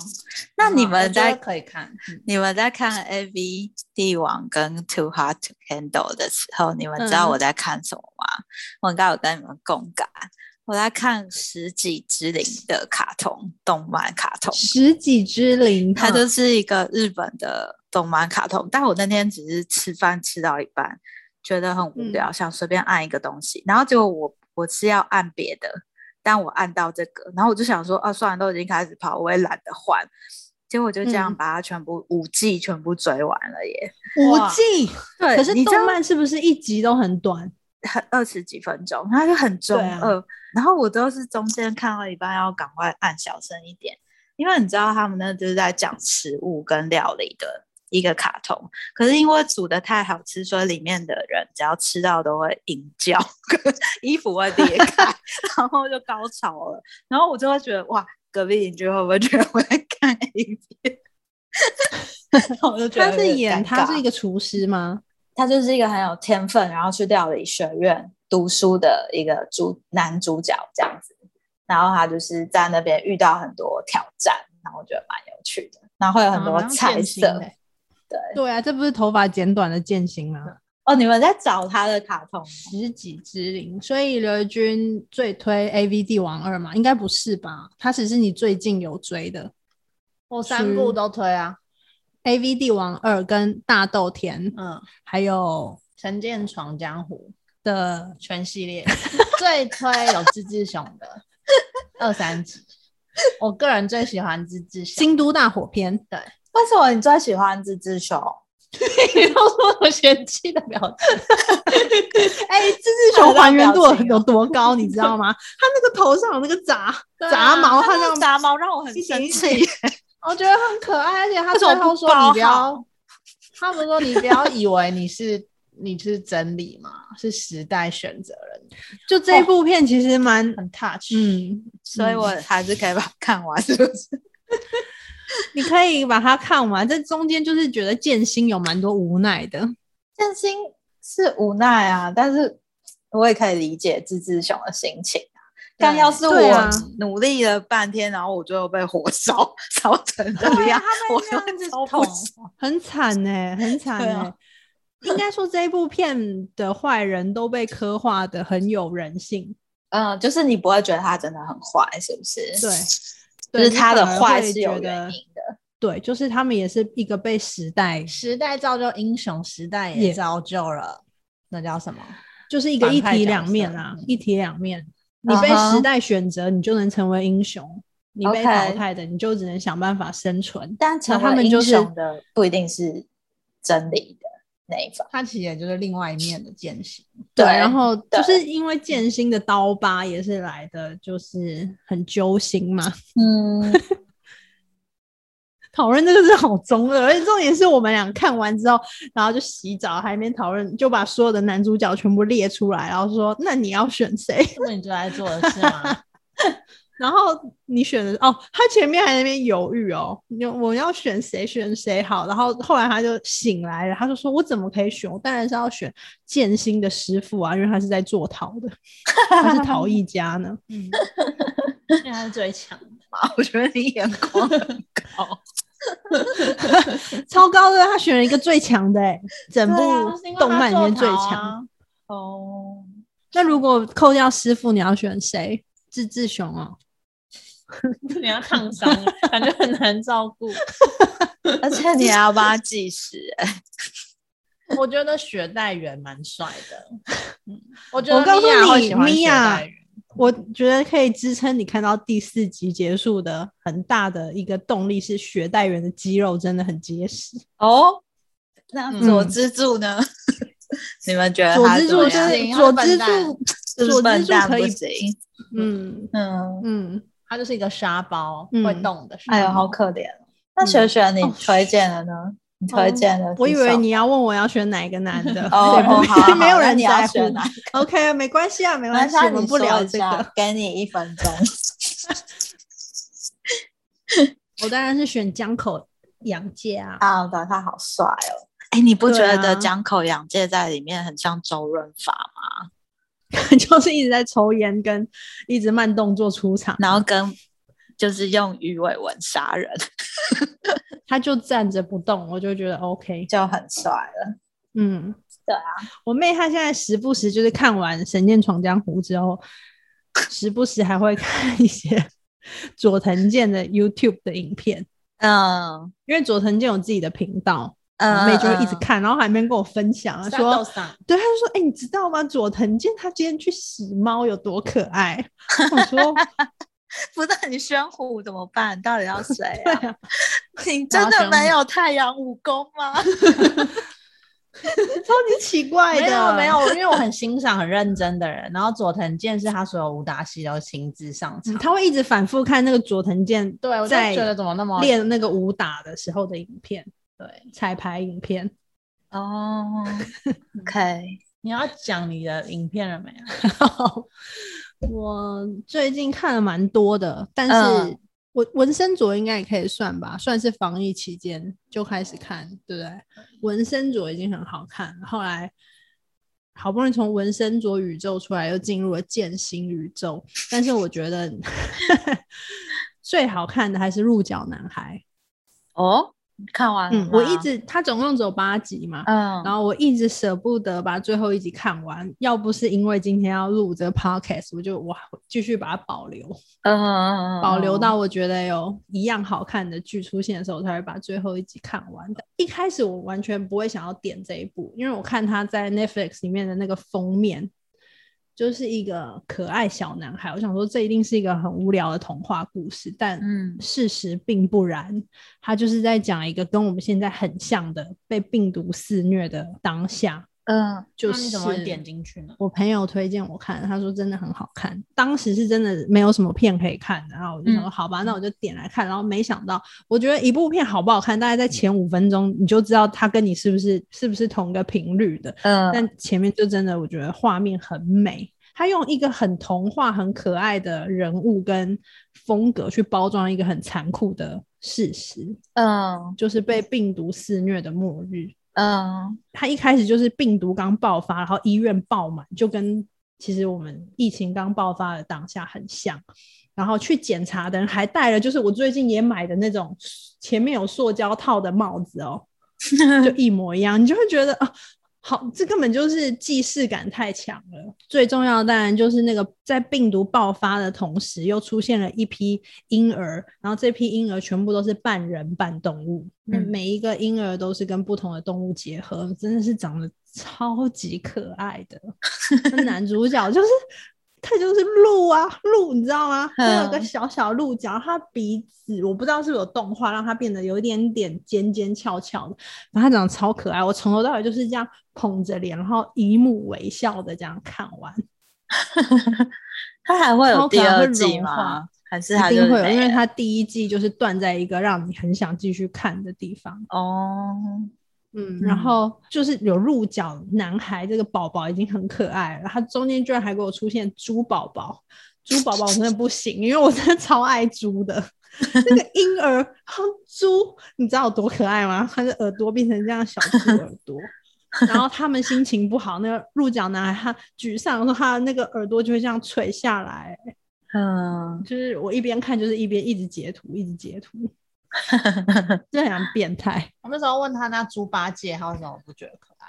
S3: 那你
S1: 我
S3: 们
S1: 觉
S3: 在
S1: 得可以看，嗯
S3: 你们在看 A V 帝王跟 Too Hard to Handle 的时候，你们知道
S2: 嗯
S3: 我在看什么吗？我应该有跟你们共感，我在看《十几之灵》的卡通动漫卡通，
S2: 十几之灵，
S3: 它就是一个日本的动漫卡通。但我那天只是吃饭吃到一半，觉得很无
S2: 嗯
S3: 聊，想随便按一个东西，然后结果我我是要按别的，但我按到这个，然后我就想说，啊，算了，都已经开始跑，我也懒得换。结果就这样
S2: 嗯
S3: 把它全部五季全部追完了耶！
S2: 无
S1: 哇
S2: 尽。
S3: 对
S2: 可是
S3: 你知道
S2: 动漫是不是一集都很短？
S3: 很二十几分钟，它就很中
S2: 对啊
S3: 二。然后我都是中间看到一半要赶快按小声一点，因为你知道他们那就是在讲食物跟料理的一个卡通。可是因为煮的太好吃，所以里面的人只要吃到都会吟叫，衣服会裂开，然后就高潮了。然后我就会觉得哇，隔壁邻居会不会觉得我在看 A 片？ 然后我就觉得
S2: 他
S3: 有
S2: 是
S3: 点
S2: 演
S3: 尴
S2: 他
S3: 尬
S2: 是一个厨师吗？
S3: 他就是一个很有天分，然后去料理学院读书的一个主男主角这样子。然后他就是在那边遇到很多挑战，然后我觉得蛮有趣的。然后会有很多
S1: 蛮
S3: 菜
S1: 健心的
S3: 色，
S1: 欸
S3: 对
S2: 对啊，这不是头发剪短的剑心吗？
S3: 哦，你们在找他的卡通吗？
S2: 十几之灵，所以刘宇君最推《A V 帝王二》嘛？应该不是吧？他只是你最近有追的
S1: 我三部都推啊，
S2: 《A V 帝王二》跟《大豆田》，
S1: 嗯，
S2: 还有
S1: 陈建闯江湖
S2: 的
S1: 全系列最推有芝志雄的二三集，我个人最喜欢芝志
S2: 《
S1: 雄，
S2: 京都大火篇》。
S3: 为什么你最喜欢这只熊？
S1: 你都说我嫌弃的表情，
S2: 哎、这只熊还原度
S3: 他的表情哦
S2: 有多高，你 知道吗？他那个头上有那个杂
S1: 对啊
S2: 杂毛，他
S3: 他
S2: 这
S3: 那
S2: 样
S3: 个杂毛让我很生气。
S1: 我觉得很可爱，而且他
S3: 为什
S1: 最
S3: 么
S1: 后
S3: 不
S1: 说你
S3: 包
S1: 不要， 他不是说你不要以为你是你是真理嘛，是时代选择了你，哦
S2: 就这一部片其实蛮、
S1: 很 touch，
S2: 嗯，
S3: 所以我还是可以把它看完，是不是？
S2: 你可以把它看完，这中间就是觉得剑心有蛮多无奈的。
S3: 建心是无奈啊，但是我也可以理解芝芝熊的心情啊。但
S1: 对
S3: 要是
S2: 对
S3: 我
S2: 啊
S3: 努力了半天，然后我最后被火烧 烧成这样，我
S1: 这样子
S3: 超不
S1: 痛
S3: 爽
S2: 很惨呢、很惨
S3: 对
S2: 呢、
S3: 啊
S2: 应该说这一部片的坏人都被刻画的很有人性，
S3: 嗯，就是你不会觉得他真的很坏，是不是？
S2: 对， 对
S3: 就是他的
S2: 你反而
S3: 坏
S2: 会
S3: 是有
S2: 觉得
S3: 原因的。
S2: 对，就是他们也是一个被时代，
S1: 时代造就英雄，时代也
S2: 也
S1: 造就了那叫什么？
S2: 就是一个一
S1: 反派
S2: 体
S1: 角
S2: 两面
S1: 色
S2: 啦，
S1: 嗯
S2: 一体两面。你被
S3: 嗯哼
S2: 时代选择，你就能成为英雄；你被
S3: OK
S2: 淘汰的，你就只能想办法生存。
S3: 但
S2: 那
S3: 成
S2: 他
S3: 为
S2: 们
S3: 英
S2: 就是
S3: 雄的不一定是真理的那一方。
S1: 他其实也就是另外一面的剑心。
S2: 对，
S3: 对
S2: 然后就
S3: 对
S2: 是因为剑心的刀疤也是来的，就是很揪心嘛。
S3: 嗯，
S2: 讨论这个是好中二，而且重点是我们俩看完之后，然后就洗澡，还没讨论，就把所有的男主角全部列出来，然后说：“那你要选谁
S1: 这不你最爱做的事吗？
S2: 然后你选的哦，他前面还在那边犹豫哦，你我要选谁选谁好，然后后来他就醒来了，他就说：“我怎么可以选？我当然是要选剑心的师傅啊，因为他是在做陶的，他是陶艺家呢。
S1: 嗯，现在是最强的，
S3: 我觉得你眼光很高。
S2: 超高的，他选了一个最强的、欸，整部
S1: 对啊是因为
S2: 动
S1: 他
S2: 漫里
S1: 做
S2: 面最
S1: 陶啊
S2: 强。
S3: 哦，
S2: 那如果扣掉师傅，你要选谁？志志雄哦，
S1: 你要烫伤，感觉很难照顾。
S3: 而且你还要帮他计时、
S2: 欸
S3: 哎
S1: 我觉得雪代缘蛮帅的，嗯 我觉
S2: 我
S1: 得
S2: 告诉
S1: Mia 会
S2: 你
S1: 喜欢雪
S2: Mia
S1: 代缘
S2: 我觉得可以支撑你看到第四集结束的很大的一个动力是雪代原的肌肉真的很结实，
S3: 哦，那
S1: 嗯
S3: 佐之助呢？ 你们觉得
S2: 佐
S3: 啊他
S2: 之
S3: 怎
S2: 助
S3: 么
S2: 就
S3: 样
S1: 他是
S2: 是佐之
S1: 笨蛋
S2: 助，
S3: 是不
S2: 佐
S3: 是
S2: 之
S3: 笨
S2: 助
S3: 蛋
S2: 可
S3: 不
S2: 以，
S3: 行？
S2: 嗯
S3: 嗯，
S2: 嗯，
S1: 他就是一个沙包，
S2: 嗯
S1: 会动的沙包。
S3: 哎呦，好可怜。那
S2: 嗯
S3: 雪雪，你
S2: 哦
S3: 推荐的呢？你推荐的是什么？
S2: 我以为你要问我要选哪一个男的，
S3: 哦，哦 好
S2: 对，
S3: 好
S2: 没有
S3: 那
S2: 人
S3: 你要
S2: 在乎
S3: 选哪。
S2: OK，没关系啊，没
S3: 没
S2: 关
S3: 关
S2: 系，
S3: 系啊
S2: 我们
S3: 你
S2: 不
S3: 说
S2: 聊
S3: 一
S2: 这
S3: 下
S2: 个。
S3: 给你一分 钟。
S2: 我当然是选江口洋介啊，
S3: 啊，对，他好帅哦。哎，你不觉
S2: 对啊
S3: 得江口洋介在里面很像周润发吗？
S2: 就是一直在抽烟跟一直慢动作出场，
S3: 然后跟就是用鱼尾纹杀人
S2: 他就站着不动，我就觉得 OK。
S3: 就很帅了。
S2: 嗯，
S3: 对
S2: 啊，我妹她现在时不时就是看完《神剑闯江湖》之后，时不时还会看一些 佐藤健的 YouTube 的影片，
S3: 嗯
S2: 因为佐藤健有自己的频道，我
S3: 嗯，
S2: 妹就会一直
S3: 嗯。
S2: 看，然后还没跟我分享啊，
S1: 沙
S2: 说
S1: 豆上
S2: 对，他就说：“哎、你知道吗？佐藤健他今天去洗猫有多可爱？”我说
S3: 不然你宣虎怎么办？到底要谁：“
S2: 对
S3: 啊？
S2: 啊，
S3: 你真的没有太阳武功 吗？
S2: 超级奇怪的。”
S1: 没有没，有，因为我很欣赏很认真的人。然后佐藤健是他所有武打戏都亲自上场，
S2: 他嗯会一直反复看那个佐藤健
S1: 对我就
S2: 在
S1: 觉得怎么那么
S2: 练那个武打的时候的影片，
S1: 对。
S2: 彩排影片。
S3: 哦，OK，
S1: 你要讲你的影片了没啊？
S2: 我最近看了蛮多的，但是
S3: 嗯
S2: 我纹身左应该也可以算吧，算是防疫期间就开始看，对不对？纹身左已经很好看，后来好不容易从纹身左宇宙出来，又进入了剑心宇宙，但是我觉得 最好看的还是鹿角男孩。
S3: 哦，你看完了
S2: 嗯
S3: 吗，
S2: 我一直他总共只有八集嘛，
S3: 嗯
S2: 然后我一直舍不得把最后一集看完，要不是因为今天要录这个 podcast，我就哇继续把它保留，
S3: 嗯嗯嗯
S2: 保留到我觉得有一样好看的剧出现的时候，我才会把最后一集看完的。一开始我完全不会想要点这一部，因为我看他在 Netflix 里面的那个封面。就是一个可爱小男孩，我想说这一定是一个很无聊的童话故事，但
S3: 嗯
S2: 事实并不然，他就是在讲一个跟我们现在很像的被病毒肆虐的当下，
S3: 嗯
S2: 就
S1: 那
S2: 是
S1: 你怎么会点进去呢？
S2: 我朋友推荐我看，他说真的很好看，当时是真的没有什么片可以看的，然后我就想说
S3: 嗯
S2: 好吧，那我就点来看，然后没想到，我觉得一部片好不好看，大概在前五分钟你就知道它跟你是不是是不是同一个频率的，
S3: 嗯，
S2: 但前面就真的我觉得画面很美，他用一个很童话、很可爱的人物跟风格去包装一个很残酷的事实，
S3: 嗯
S2: 就是被病毒肆虐的末日。
S3: 嗯
S2: 他一开始就是病毒刚爆发，然后医院爆满，就跟其实我们疫情刚爆发的当下很像。然后去检查的人还戴了，就是我最近也买的那种前面有塑胶套的帽子哦，就一模一样，你就会觉得啊，好，这根本就是既视感太强了。最重要的当然就是那个在病毒爆发的同时，又出现了一批婴儿，然后这批婴儿全部都是半人半动物，那、
S3: 嗯
S2: 每一个婴儿都是跟不同的动物结合，真的是长得超级可爱的。那男主角就是。他就是鹿啊，鹿，你知道吗？他有个
S3: 嗯
S2: 小小鹿角，然后他鼻子我不知道是不是有动画，让它变得有一点点尖尖翘翘的，然后他长得超可爱，我从头到尾就是这样捧着脸，然后以目微笑的这样看完。
S3: 他还会有
S2: 超可
S3: 第
S2: 爱会
S3: 二
S2: 融
S3: 季
S2: 化
S3: 吗？还是啊他
S2: 一
S3: 就
S2: 定
S3: 是
S2: 会有，因
S3: 没
S2: 为
S3: 了
S2: 它第一季就是断在一个让你很想继续看的地方。
S3: 哦，
S2: 嗯，然
S3: 嗯
S2: 后就是有鹿角男孩这个宝宝已经很可爱了，他中间居然还给我出现猪宝宝。猪宝宝我真的不行，因为我真的超爱猪的。那个婴儿，哼猪，你知道有多可爱吗？它的耳朵变成这样小猪耳朵，然后他们心情不好，那个鹿角男孩他沮丧的时候，他的那个耳朵就会这样垂下来。
S3: 嗯，
S2: 就是我一边看，就是一边一直截图，一直截图，这很像变态。
S1: 我那时候问他那猪八戒，他为什么不觉得可 爱？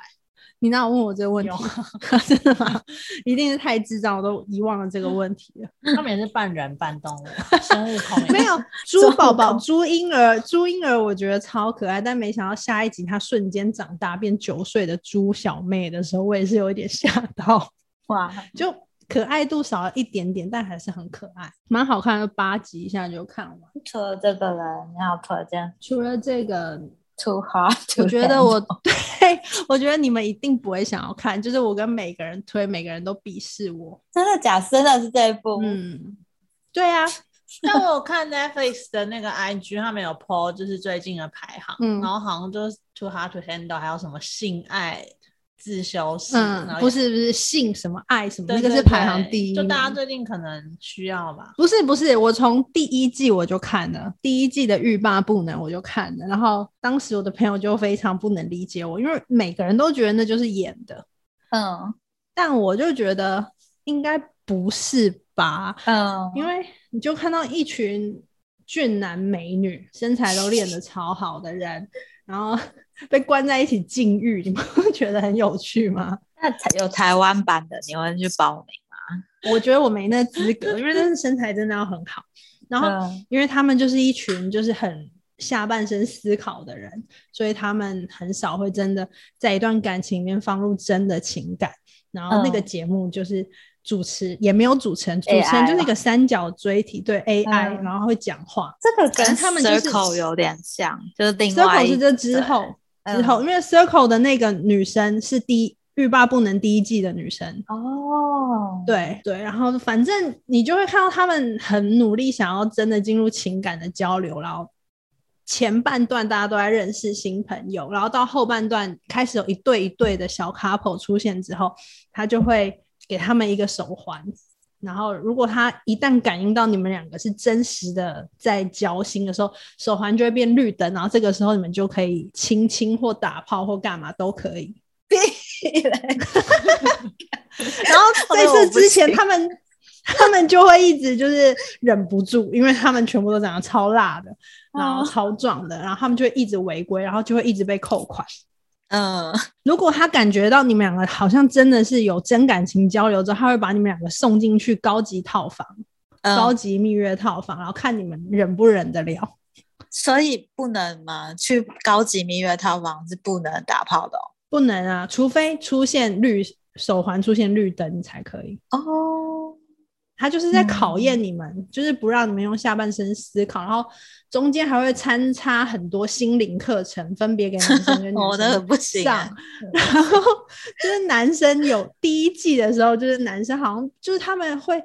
S2: 你哪有问我这个问题？ 真的吗？一定是太智障，我都遗忘了这个问题了。
S1: 他们也是半人半动物，啊孙悟 空也是
S2: 没 有猪宝宝、猪婴儿、猪婴儿，我觉得超可爱，但没想到下一集他瞬间长大变九岁的猪小妹的时候，我也是有一点吓到，
S3: 哇，
S2: 就可爱度少了一点点，但还是很可爱，蛮好看的。八集一下就看完。
S3: 除了这个人，你好推荐
S2: 除了这个，
S3: Too Hard，to
S2: 我觉得
S3: Handle
S2: 我对我觉得你们一定不会想要看，就是我跟每个人推，每个人都鄙视我。
S3: 真的假的真的是这一部，
S2: 嗯，对啊，
S1: 但我有看 Netflix 的那个 IG，他们有 po 就是最近的排行，
S2: 嗯
S1: 然后好像就是 Too Hard to Handle，还有什么性爱自修室，然后
S2: 嗯，
S1: 也
S2: 不，是不是性什么爱什么，
S1: 对
S2: 那个是
S1: 对对
S2: 排行第一名，
S1: 就大家最近可能需要 吧。
S2: 不是不是，我从第一季我就看了，第一季的欲罢不能我就看了，然后当时我的朋友就非常不能理解我，因为每个人都觉得那就是演的，
S3: 嗯
S2: 但我就觉得应该不是吧，
S3: 嗯，
S2: 因为你就看到一群俊男美女，身材都练得超好的人，然后 被关在一起禁欲，你们会觉得很有趣吗？
S3: 那台有台湾版的，你会去报名？
S2: 我觉得我没那资格，因为那是身材真的要很好，然后。
S3: 嗯
S2: 因为他们就是一群就是很下半身思考的人，所以他们很少会真的在一段感情里面放入真的情感。然后那个
S3: 嗯
S2: 节目就是主持、也没有主持人，主
S3: AI
S2: 持人就是一个三角锥体，对 AI，、
S3: 嗯
S2: 然后会讲话。
S3: 这个
S2: 正
S3: 跟
S2: 他们就是
S3: Circle 有点像，就是另外
S2: Circle
S3: 一
S2: 是这之后之后，
S3: 嗯
S2: 因为 Circle 的那个女生是第一欲罢不能第一季的女生，
S3: 哦，
S2: 对对，然后反正你就会看到他们很努力，想要真的进入情感的交流，然后前半段大家都在认识新朋友，然后到后半段开始有一对一对的小 couple 出现之后，他就会给他们一个手环。然后，如果他一旦感应到你们两个是真实的在交心的时候，手环就会变绿灯，然后这个时候你们就可以亲亲或打炮或干嘛都可以。然 后在这之前，他们他们就会一直就是忍不住，因为他们全部都长得超辣的，然后
S3: 哦
S2: 超壮的，然后他们就会一直违规，然后就会一直被扣款。
S3: 嗯，
S2: 如果他感觉到你们两个好像真的是有真感情交流之后，他会把你们两个送进去高级套房、高
S3: 嗯，
S2: 级蜜月套房，然后看你们忍不忍得了。
S3: 所以不能吗？去高级蜜月套房是不能打炮的
S2: 不能啊，除非出现绿手环出现绿灯，你才可以。
S3: 哦。哦，
S2: 他就是在
S3: 嗯
S2: 考验你们，就是不让你们用下半身思考，然后中间还会掺插很多心灵课程，分别给男生跟女
S3: 我那个
S2: 生。
S3: 不行啊、
S2: 上，然后就是男生有第一季的时候，就是男生好像就是他们会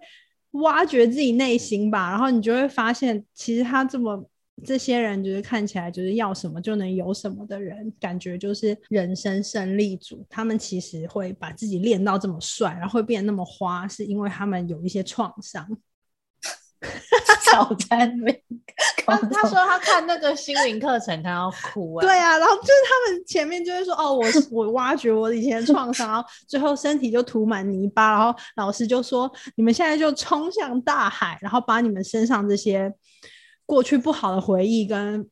S2: 挖掘自己内心吧，然后你就会发现，其实他这么这些人就是看起来就是要什么就能有什么的人，感觉就是人生胜利组。他们其实会把自己练到这么帅，然后会变得那么花，是因为他们有一些创伤。
S3: 小单位，
S1: 他 他说他看那个心灵课程，他要哭、欸。
S2: 对啊，然后就是他们前面就会说，哦，我是我挖掘我以前的创伤，然后最后身体就涂满泥巴，然后老师就说，你们现在就冲向大海，然后把你们身上这些过去不好的回忆跟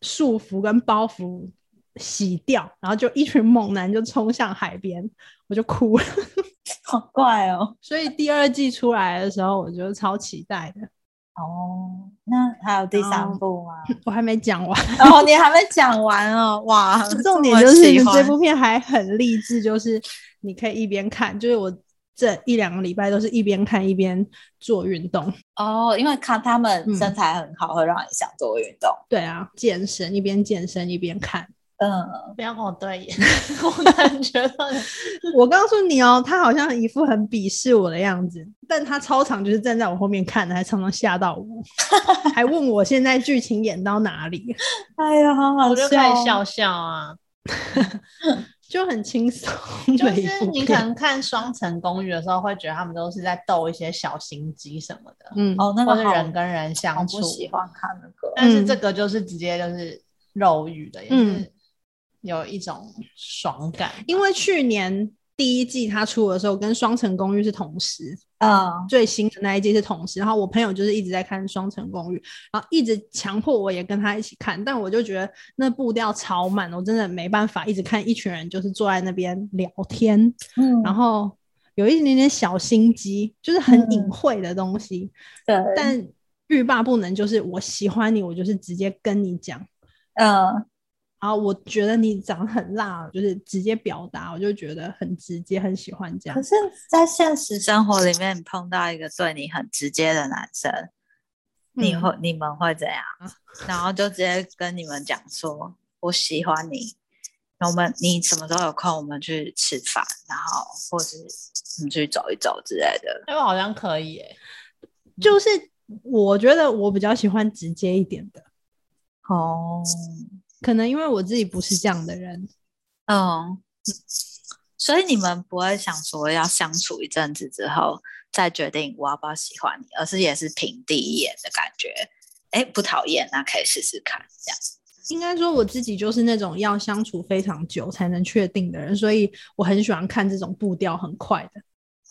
S2: 束缚跟包袱洗掉，然后就一群猛男就冲向海边，我就哭了。
S3: 好怪 哦。
S2: 所以第二季出来的时候，我就超期待的，
S3: 哦，那还有第三部吗？
S2: 我还没讲完。
S3: 哦，你还没讲完哦， 哇！
S2: 重点
S3: 么
S2: 就是
S3: 喜
S2: 你这
S3: 欢
S2: 部片还很励志，就是你可以一边看，就是我这一两个礼拜都是一边看一边做运动，
S3: 哦，因为看他们
S2: 嗯
S3: 身材很好，会让你想做运动。
S2: 对啊，健身一边健身一边看。
S3: 嗯，
S1: 不要跟我对眼， 我感觉到
S2: 我告诉你哦，他好像一副很鄙视我的样子，但他超常就是站在我后面看的，还常常吓到我，还问我现在剧情演到哪里。哦
S3: 哎呀，好好
S1: 我就可以笑笑啊。
S2: 就很轻松
S1: 就
S2: 的一
S1: 是
S2: 部
S1: 你可
S2: 片
S1: 能看《双层公寓》的时候，会觉得他们都是在斗一些小心机什么的，
S2: 嗯
S3: 哦，那
S1: 或
S3: 个
S1: 是
S3: 好
S1: 人跟人
S3: 好
S1: 相处
S3: 不。喜欢看那个，
S1: 但是
S2: 嗯
S1: 这个就是直接就是肉欲的，也
S2: 嗯
S1: 是有一种爽感。
S2: 因为去年第一季它出的时候，跟《双层公寓》是同时，
S3: 嗯，
S2: 最新的那一季是同时。然后我朋友就是一直在看《双层公寓》，然后一直强迫我也跟他一起看，但我就觉得那步调超慢，我真的没办法一直看一群人就是坐在那边聊天，
S3: 嗯
S2: 然后有一点点小心机，就是很隐晦的东西。
S3: 嗯对，
S2: 但欲罢不能，就是我喜欢你，我就是直接跟你讲。
S3: 嗯，
S2: 然后我觉得你长得很辣，就是直接表达，我就觉得很直接，很喜欢这样
S3: 可。是，在现实生活里面，你碰到一个对你很直接的男生，你
S2: 嗯
S3: 会、你们会怎样？ 然后就直接跟你们讲说，我喜欢你，然后我们你什么时候有空，我们去吃饭，然后或是我们去走一走之类的。
S1: 因为哎好像可以、欸，
S2: 就是我觉得我比较喜欢直接一点的，
S3: 哦，
S2: 可能因为我自己不是这样的人。
S3: 嗯，所以你们不会想说要相处一阵子之后再决定我要不要喜欢你，而是也是凭第一眼的感觉，哎，不讨厌，那可以试试看，这样。
S2: 应该说我自己就是那种要相处非常久才能确定的人，所以我很喜欢看这种步调很快的。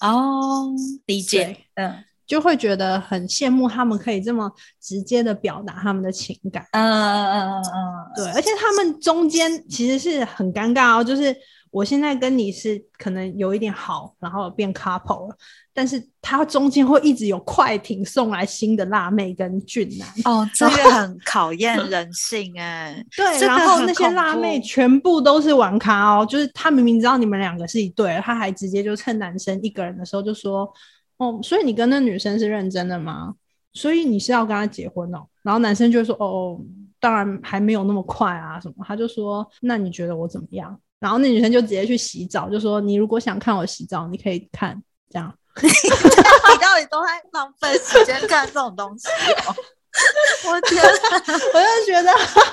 S3: 哦，理解
S2: 对，
S3: 嗯
S2: 就会觉得很羡慕他们可以这么直接的表达他们的情感，
S3: 嗯嗯嗯嗯
S2: 对，而且他们中间其实是很尴尬哦，就是我现在跟你是可能有一点好，然后变 couple 了，但是他中间会一直有快艇送来新的辣妹跟俊男，
S3: 嗯，哦，这个很考验人性哎、
S2: 对，
S3: 这个
S2: 然后
S3: 很
S2: 那些
S3: 恐
S2: 辣
S3: 怖
S2: 妹全部都是玩咖哦，就是他明明知道你们两个是一对，他还直接就趁男生一个人的时候就说：“哦，所以你跟那女生是认真的吗？所以你是要跟她结婚哦？”然后男生就会说：“哦，当然还没有那么快啊，什么？”他就说：“那你觉得我怎么样？”然后那女生就直接去洗澡，就说：“你如果想看我洗澡，你可以看。”这样，
S3: 你到底都在浪费时间看这种东西哦？ 我觉得
S2: 我就觉得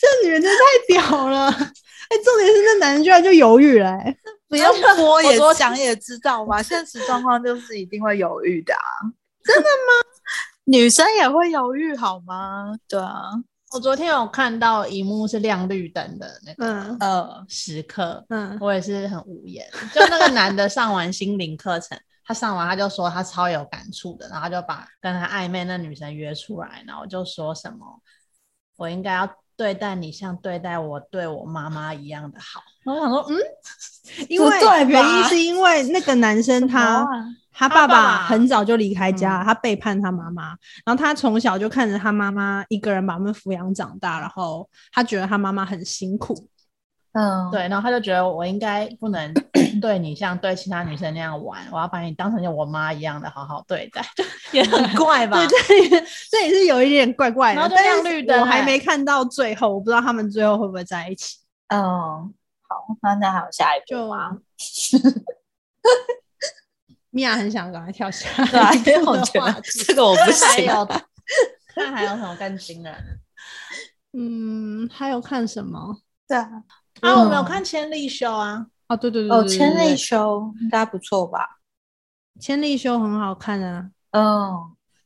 S2: 这女人真的太屌了。 哎、重点是那男人居然就犹豫了、哎
S3: 不 用播
S1: 我
S3: 也
S1: 昨
S3: 想也知道嘛，现实状况就是一定会犹豫的、啊。 真的吗？女生也会犹豫好吗？对啊，
S1: 我昨天有看到一幕是亮绿灯的那个
S2: 嗯
S3: 呃，
S1: 时刻，
S2: 嗯，
S1: 我也是很无言。就那个男的上完心灵课程，他上完他就说他超有感触的，然后他就把跟他暧昧那女生约出来，然后就说什么我应该要对待你像对待我对我妈妈一样的好。然后我想说，嗯，
S2: 因为
S3: 不对吧
S2: 原因是因为那个男生
S3: 啊
S1: 他
S2: 他、他爸
S1: 爸
S2: 爸
S1: 爸
S2: 很早就离开家，
S1: 嗯
S2: 他背叛他妈妈，然后他从小就看着他妈妈一个人把他们抚养长大，然后他觉得他妈妈很辛苦，
S3: 嗯，
S1: 对，然后他就觉得我应该不 能对你像对其他女生那样玩，我要把你当成像我妈一样的好好对待，就也很怪 吧？
S2: 对，这这也是有一点怪怪的。
S1: 然后就
S2: 但是
S1: 亮绿灯
S2: 我还
S1: 欸
S2: 没看到最后，我不知道他们最后会不会在一起。
S3: 嗯，好，那那还有下一步
S2: 就
S3: 吗？
S2: 米娅很想赶快跳下
S3: 对啊，
S2: 来，
S3: 因为我 觉得这个我 不
S1: 那还
S3: 行。
S1: 有， 那还有什么更惊人？
S2: 嗯，还有看什么？
S3: 对啊，
S1: 啊，我们有
S3: 嗯
S1: 看《千利休》啊，
S2: 哦，对对对
S3: 哦，
S2: 对对
S3: 千
S2: 对
S3: 利休应该不错吧？
S2: 千利休很好看啊，
S3: 嗯，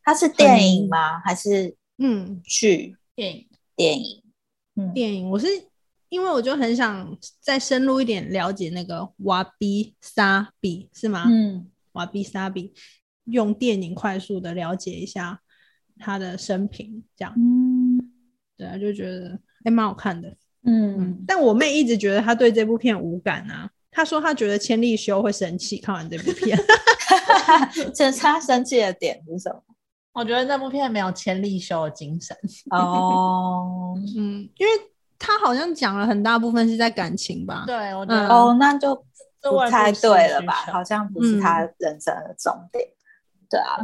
S3: 它是电影吗？还是
S2: 嗯，
S3: 剧？
S1: 电影。
S3: 电影？嗯，
S2: 电影，我是因为我就很想再深入一点了解那个瓦比萨比是吗？
S3: 嗯，
S2: 瓦比萨比用电影快速的了解一下他的生平，这样
S3: 嗯
S2: 对啊，就觉得还蛮、好看的。嗯
S3: 嗯，，
S2: 但我妹一直觉得她对这部片无感啊，她说她觉得千利休会生气，看完这部片，
S3: 嗯这他生气的点是什 么？
S1: 我觉得那部片没有千利休的精神，
S3: 哦，
S2: 嗯，因为她好像讲了很大部分是在感情吧，
S1: 对我觉得
S2: 嗯
S3: 哦，那就
S1: 这
S3: 不
S1: 我也
S3: 太
S1: 不是
S3: 对了
S1: 需
S3: 吧？
S1: 求
S3: 好像不
S2: 嗯
S3: 是他人生的重点。对啊，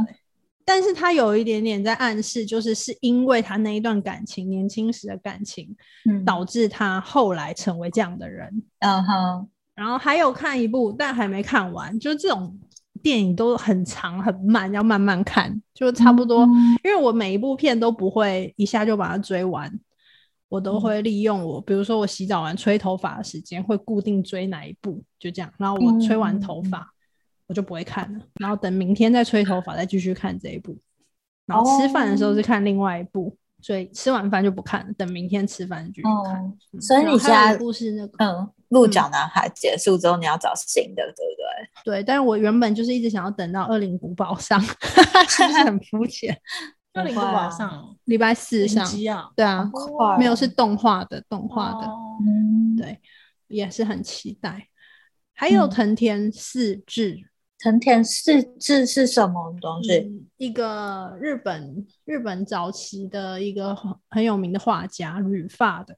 S2: 但是她有一点点在暗示，就是是因为她那一段感情，年轻时的感情，
S3: 嗯
S2: 导致他后来成为这样的人。
S3: 嗯哼，
S2: 然后还有看一部，但还没看完，就是这种电影都很长很慢，要慢慢看，就差不多。
S3: 嗯
S2: 因为我每一部片都不会一下就把它追完，我都会利用
S3: 嗯
S2: 我，比如说我洗澡完吹头发的时间，会固定追哪一部，就这样。然后我吹完头发，
S3: 嗯
S2: 我就不会看了，然后等明天再吹头发，再继续看这一部。然后吃饭的时
S3: 哦
S2: 候是看另外一部，所以吃完饭就不看了，等明天吃饭继续看。
S3: 哦，所以
S2: 嗯然
S3: 你
S2: 后
S3: 现
S2: 还有
S3: 在
S2: 一部是那个，
S3: 嗯，鹿角男孩结束之后，你要找新的，对不对？
S2: 对，但是我原本就是一直想要等到《恶灵古堡》上，是不是很肤浅？
S1: 那你
S3: 不
S1: 不
S3: 会啊
S1: 马上哦
S2: 礼拜四
S1: 影
S2: 上，
S1: 集啊，
S2: 对啊，
S3: 快哦
S2: 没有是动画的，动画的。
S1: 哦
S3: 嗯，
S2: 对也是很期待。还有
S3: 嗯
S2: 藤田四治，
S3: 藤田四治是什么东西？
S2: 嗯一个日本日本早期的一个很很有名的画家，染发的，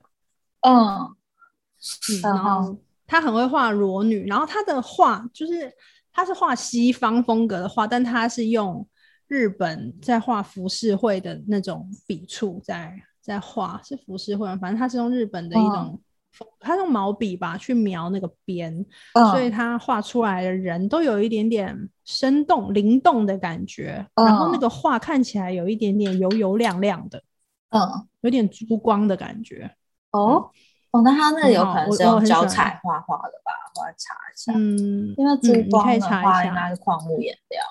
S3: 嗯，
S2: 嗯、
S3: 嗯
S2: 然后他很会画裸女，然后他的画就是他是画西方风格的画，但他是用日本在画浮世绘的那种笔触在在画，是浮世绘吗，反正他是用日本的一种风，他用毛笔吧去描那个边，
S3: 嗯
S2: 所以他画出来的人都有一点点生动、灵动的感觉，
S3: 嗯
S2: 然后那个画看起来有一点点油油亮亮的，
S3: 嗯，
S2: 有点珠光的感觉。
S3: 哦，哦，那他那
S2: 很
S3: 有
S2: 好
S3: 可能
S2: 我
S3: 是
S2: 我
S3: 用
S2: 很喜
S3: 胶
S2: 欢
S3: 彩画画的吧？我来查一下，
S2: 嗯，
S3: 因为
S2: 嗯
S3: 珠
S2: 你可
S3: 光
S2: 以
S3: 的
S2: 查一
S3: 话应
S2: 下
S3: 该是矿物颜料。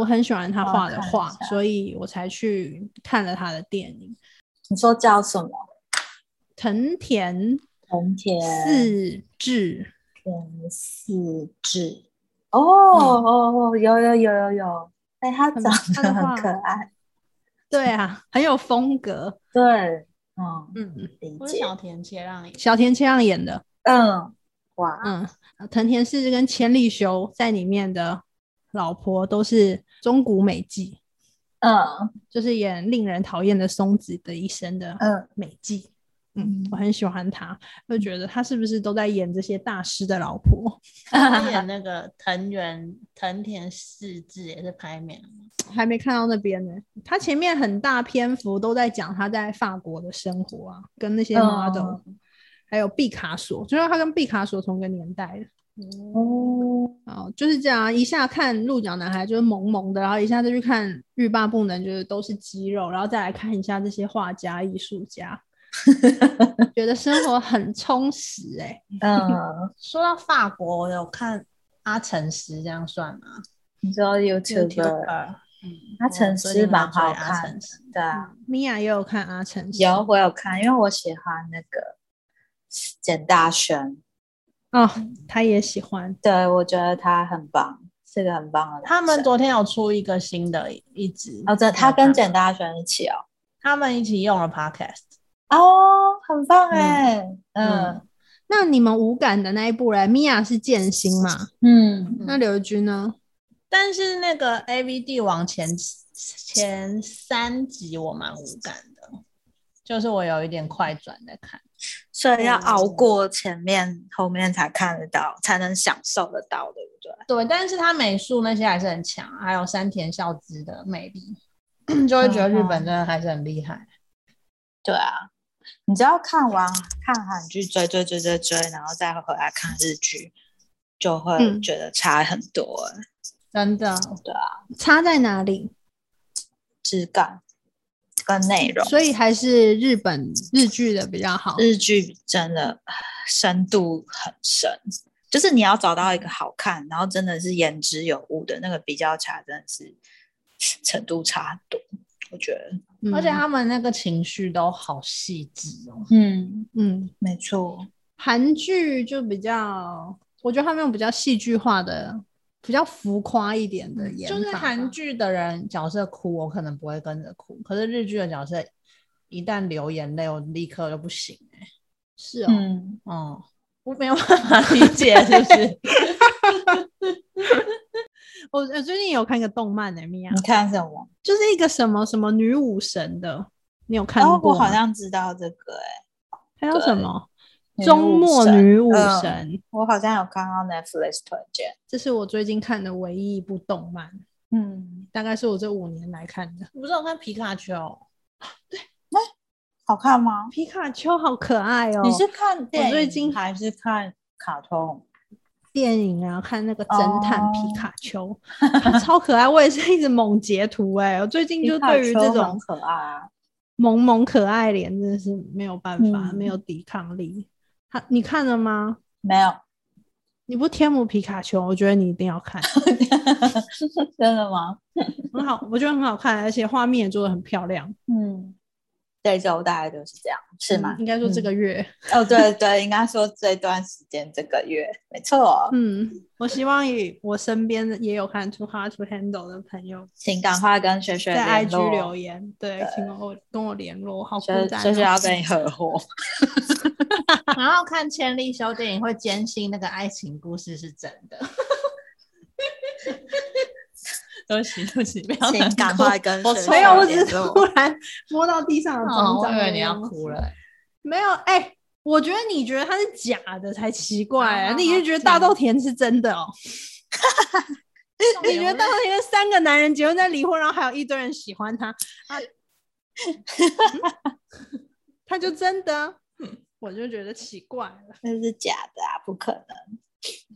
S2: 我很喜欢他
S3: 我
S2: 画的
S3: 哦看一
S2: 画
S3: 下，
S2: 所以我才去看了他的电影
S3: 你说叫什么？
S2: 《藤田
S3: 藤田
S2: 四 治
S3: 田四治。哦哦哦，有有有有有，哎，他
S2: 很
S3: 长
S2: 他
S3: 得
S2: 的
S3: 很
S2: 画
S3: 可爱。》。
S2: 对啊，很有风格。
S3: 对，嗯，
S2: 嗯，
S3: 理
S1: 不是
S3: 解
S1: 小。田切让 也
S2: 小田切让演的。
S3: 嗯，哇，
S2: 嗯，藤田四治跟千利休在里面的老婆都是中谷美纪，
S3: 嗯
S2: 就是演令人讨厌的松子的一生的
S3: 嗯
S2: 美纪。嗯
S3: 嗯，
S2: 我很喜欢她，就觉得她是不是都在演这些大师的老婆？
S1: 他演那个藤原藤田四治也是拍美了嘛，
S2: 还没看到那边呢。他前面很大篇幅都在讲他在法国的生活啊，跟那些
S3: 嗯
S2: model，、还有毕卡索，就是他跟毕卡索同个年代的。
S3: 哦，
S2: 哦，就是这样啊，一下看《鹿角男孩》就是萌萌的，然后一下再去看《欲罢不能》，就是都是肌肉，然后再来看一下这些画家、艺术家， 觉得生活很充实哎、
S3: 嗯，
S1: 说到法国，我有看阿成师，这样算吗？
S3: 你 说 YouTuber，
S1: YouTuber 嗯，
S3: 他城
S1: 我最
S3: 市
S1: 近
S3: 蛮
S1: 在追
S3: 好
S1: 阿
S3: 看
S1: 成
S3: 的
S1: 师，
S3: 对啊，
S2: 米娅也有看啊阿成师，
S3: 有我有看，因为我喜欢那个简大轩，
S2: 哦，他也喜欢，
S3: 对我觉得他很棒，是个很棒的男
S1: 他们
S3: 生
S1: 昨天有出一个新的一支
S3: 哦，对，他
S1: 我有
S3: 跟
S1: 看
S3: 简大轩一起哦，
S1: 他们一起用了 Podcast，
S3: 哦，很棒
S1: 嗯
S3: 哎，嗯
S1: 嗯
S2: 那你们无感的那一部嘞，米娅是剑心嘛？
S3: 嗯
S2: 那刘君呢？
S1: 但是那个 A V 帝王前前三集我蛮无感的，就是我有一点快转在看，
S3: 所以要熬过前面，后面才看得到，才能享受得到，对不对？
S1: 对，但是他美术那些还是很强，还有山田孝之的魅 力，就会觉得日本真的还是很厉害。
S3: 对啊，你只要看完看韩剧追追追追追，然后再回来看日剧，就会
S2: 嗯
S3: 觉得差很多、欸
S1: 真的，
S2: 差在哪里？
S3: 质感跟内容。
S2: 所以还是日本日剧的比较好。
S3: 日剧真的深度很深，就是你要找到一个好看，然后真的是言之有物的那个比较差，真的是程度差很多。我觉得，
S2: 嗯
S1: 而且他们那个情绪都好细致哦。
S3: 嗯，
S2: 嗯，
S3: 没错，
S2: 韩剧就比较，我觉得他们用比较戏剧化的、比较浮夸一点的演法
S1: 就
S2: 吧，
S1: 是韩剧的人角色哭，我可能不会跟着哭，可是日剧的角色一旦流眼泪，我立刻就不行、欸。
S2: 是哦，
S3: 嗯，
S1: 嗯，我没有办法理解，是不 是？
S2: 我我最近有看一个动漫的、米娅
S3: 你，
S1: 嗯
S3: 看什么？
S2: 就是一个什么什么女武神的，你有看
S3: 哦，
S2: 过
S3: 我
S2: 吗？
S3: 好像知道这个、欸，
S2: 还有什么
S3: 女武
S2: 终末
S3: 神
S2: 女武
S3: 嗯
S2: 神，
S3: 我好像有看到 Netflix 推荐，
S2: 这是我最近看的唯一一部动漫，
S3: 嗯，
S2: 大概是我这五年来看的。
S1: 你不是有看皮卡丘？哦
S3: 好看吗？
S2: 皮卡丘好可爱哦！
S3: 你是看电影
S2: 最近
S3: 还是看卡通？
S2: 电影啊，看那个侦探皮卡丘， 超可爱。我也是一直猛截图哎、我最近就
S3: 皮卡
S2: 对于
S3: 丘
S2: 这
S3: 很
S2: 种
S3: 可爱啊，
S2: 萌萌可爱脸真的是没有办法，
S3: 嗯
S2: 没有抵抗力。他你看了吗？
S3: 没有，
S2: 你不天母皮卡丘，我觉得你一定要 看，
S3: 真的吗？
S2: 很好，我觉得很好看，而且画面也做的很漂亮，
S3: 嗯，这周大概就是这样，是吗
S2: 嗯？应该说这
S3: 嗯
S2: 个月，
S3: 哦，对对，应该说这段时间这个月，没错，
S2: 嗯我希望与我身边也有看《Too Hard to Handle》的朋友
S3: 请赶快跟雪雪
S2: 在
S3: 联
S2: IG
S3: 络
S2: 留，言，对，请跟我跟我联络，好孤
S3: 雪
S2: 单、
S3: 雪雪要
S2: 哦。
S3: 跟你合伙，
S1: 然后看千利休电影会坚信那个爱情故事是真的。 对不起，对不起，不要
S3: 请赶快跟
S1: 我
S3: 雪雪
S2: 没有，我只
S3: 联
S2: 是
S3: 络
S2: 突然摸到地上的
S1: 哦，
S2: 脏
S1: 我
S2: 脏
S1: 以
S2: 的
S1: 为你要
S2: 东西
S1: 哭了。
S2: 没有，哎、我觉得你觉得它是假的才奇怪、
S1: 好
S2: 啊，
S1: 好
S2: 你就
S1: 好
S2: 觉得大豆田是真的哦、你觉得大豆田跟三个男人结婚再离婚，然后还有一堆人喜欢他啊？嗯他就真的，嗯我就觉得奇怪了。
S3: 那是假的啊，不可能，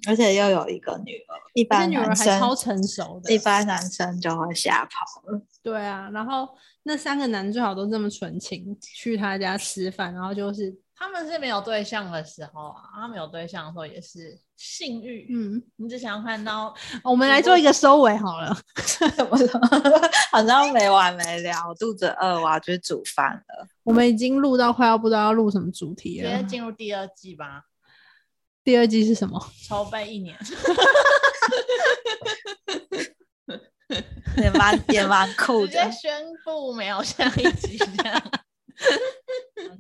S3: 而且又有一个女儿，一
S2: 这
S3: 般
S2: 女儿
S3: 男
S2: 还
S3: 生
S2: 超成熟的
S3: 一，般男生就会吓跑了，
S2: 对啊。然后那三个男人最好都这么纯情，去他家吃饭，然后就是
S1: 他们是没有对象的时候啊，他们有对象的时候也是性欲，
S2: 嗯，
S1: 你只想要看到
S2: 我们来做一个收尾好了。
S3: 怎么了 好像没完没了，我肚子饿，我要去煮饭了。
S2: 我们已经录到快要不知道要录什么主题
S1: 直接
S2: 了。
S1: 进入第二季吧，
S2: 第二季是什么？
S1: 筹备一年。
S3: 也蛮也蛮酷
S1: 直接
S3: 的，
S1: 宣布没有下一集这 样。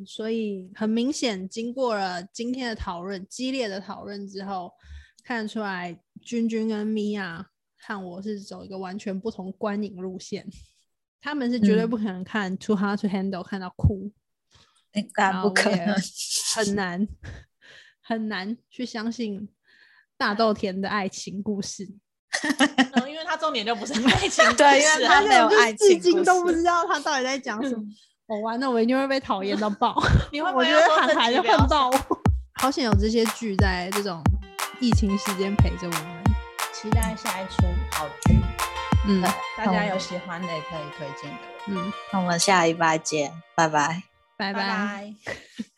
S2: 所以很明显，经过了今天的讨论，激烈的讨论之后，看得出来君君跟米娅和我是走一个完全不同观影路线。他们是绝对
S3: 嗯
S2: 不可能看《Too Hard to Handle》看到哭，
S3: 应该
S2: 然后
S3: 不可
S2: 啊我也
S3: 能。
S2: 很难 很难去相信大豆田的爱情故事。
S1: 嗯，因为它重点就不是爱情故事啊，
S3: 对因为他
S2: 根
S3: 没有
S2: 本就
S3: 爱
S2: 至
S3: 情
S2: 今
S3: 故
S2: 都不
S3: 事
S2: 知道他到底在讲什 么。我、哦完了，我一定会被讨厌到 爆。
S1: 你会不
S2: 我
S1: 会
S2: 觉
S1: 要
S2: 得
S1: 说
S2: 韩
S1: 自
S2: 寒
S1: 己
S2: 就
S1: 不要
S2: 恨爆我。好险有这些剧在这种疫情时间陪着我们。
S1: 期待下一出好剧，
S2: 嗯
S1: 大家有喜欢的也可以推荐给我。
S2: 嗯，
S3: 那我们下礼拜见，拜拜。
S2: 拜拜。
S1: 拜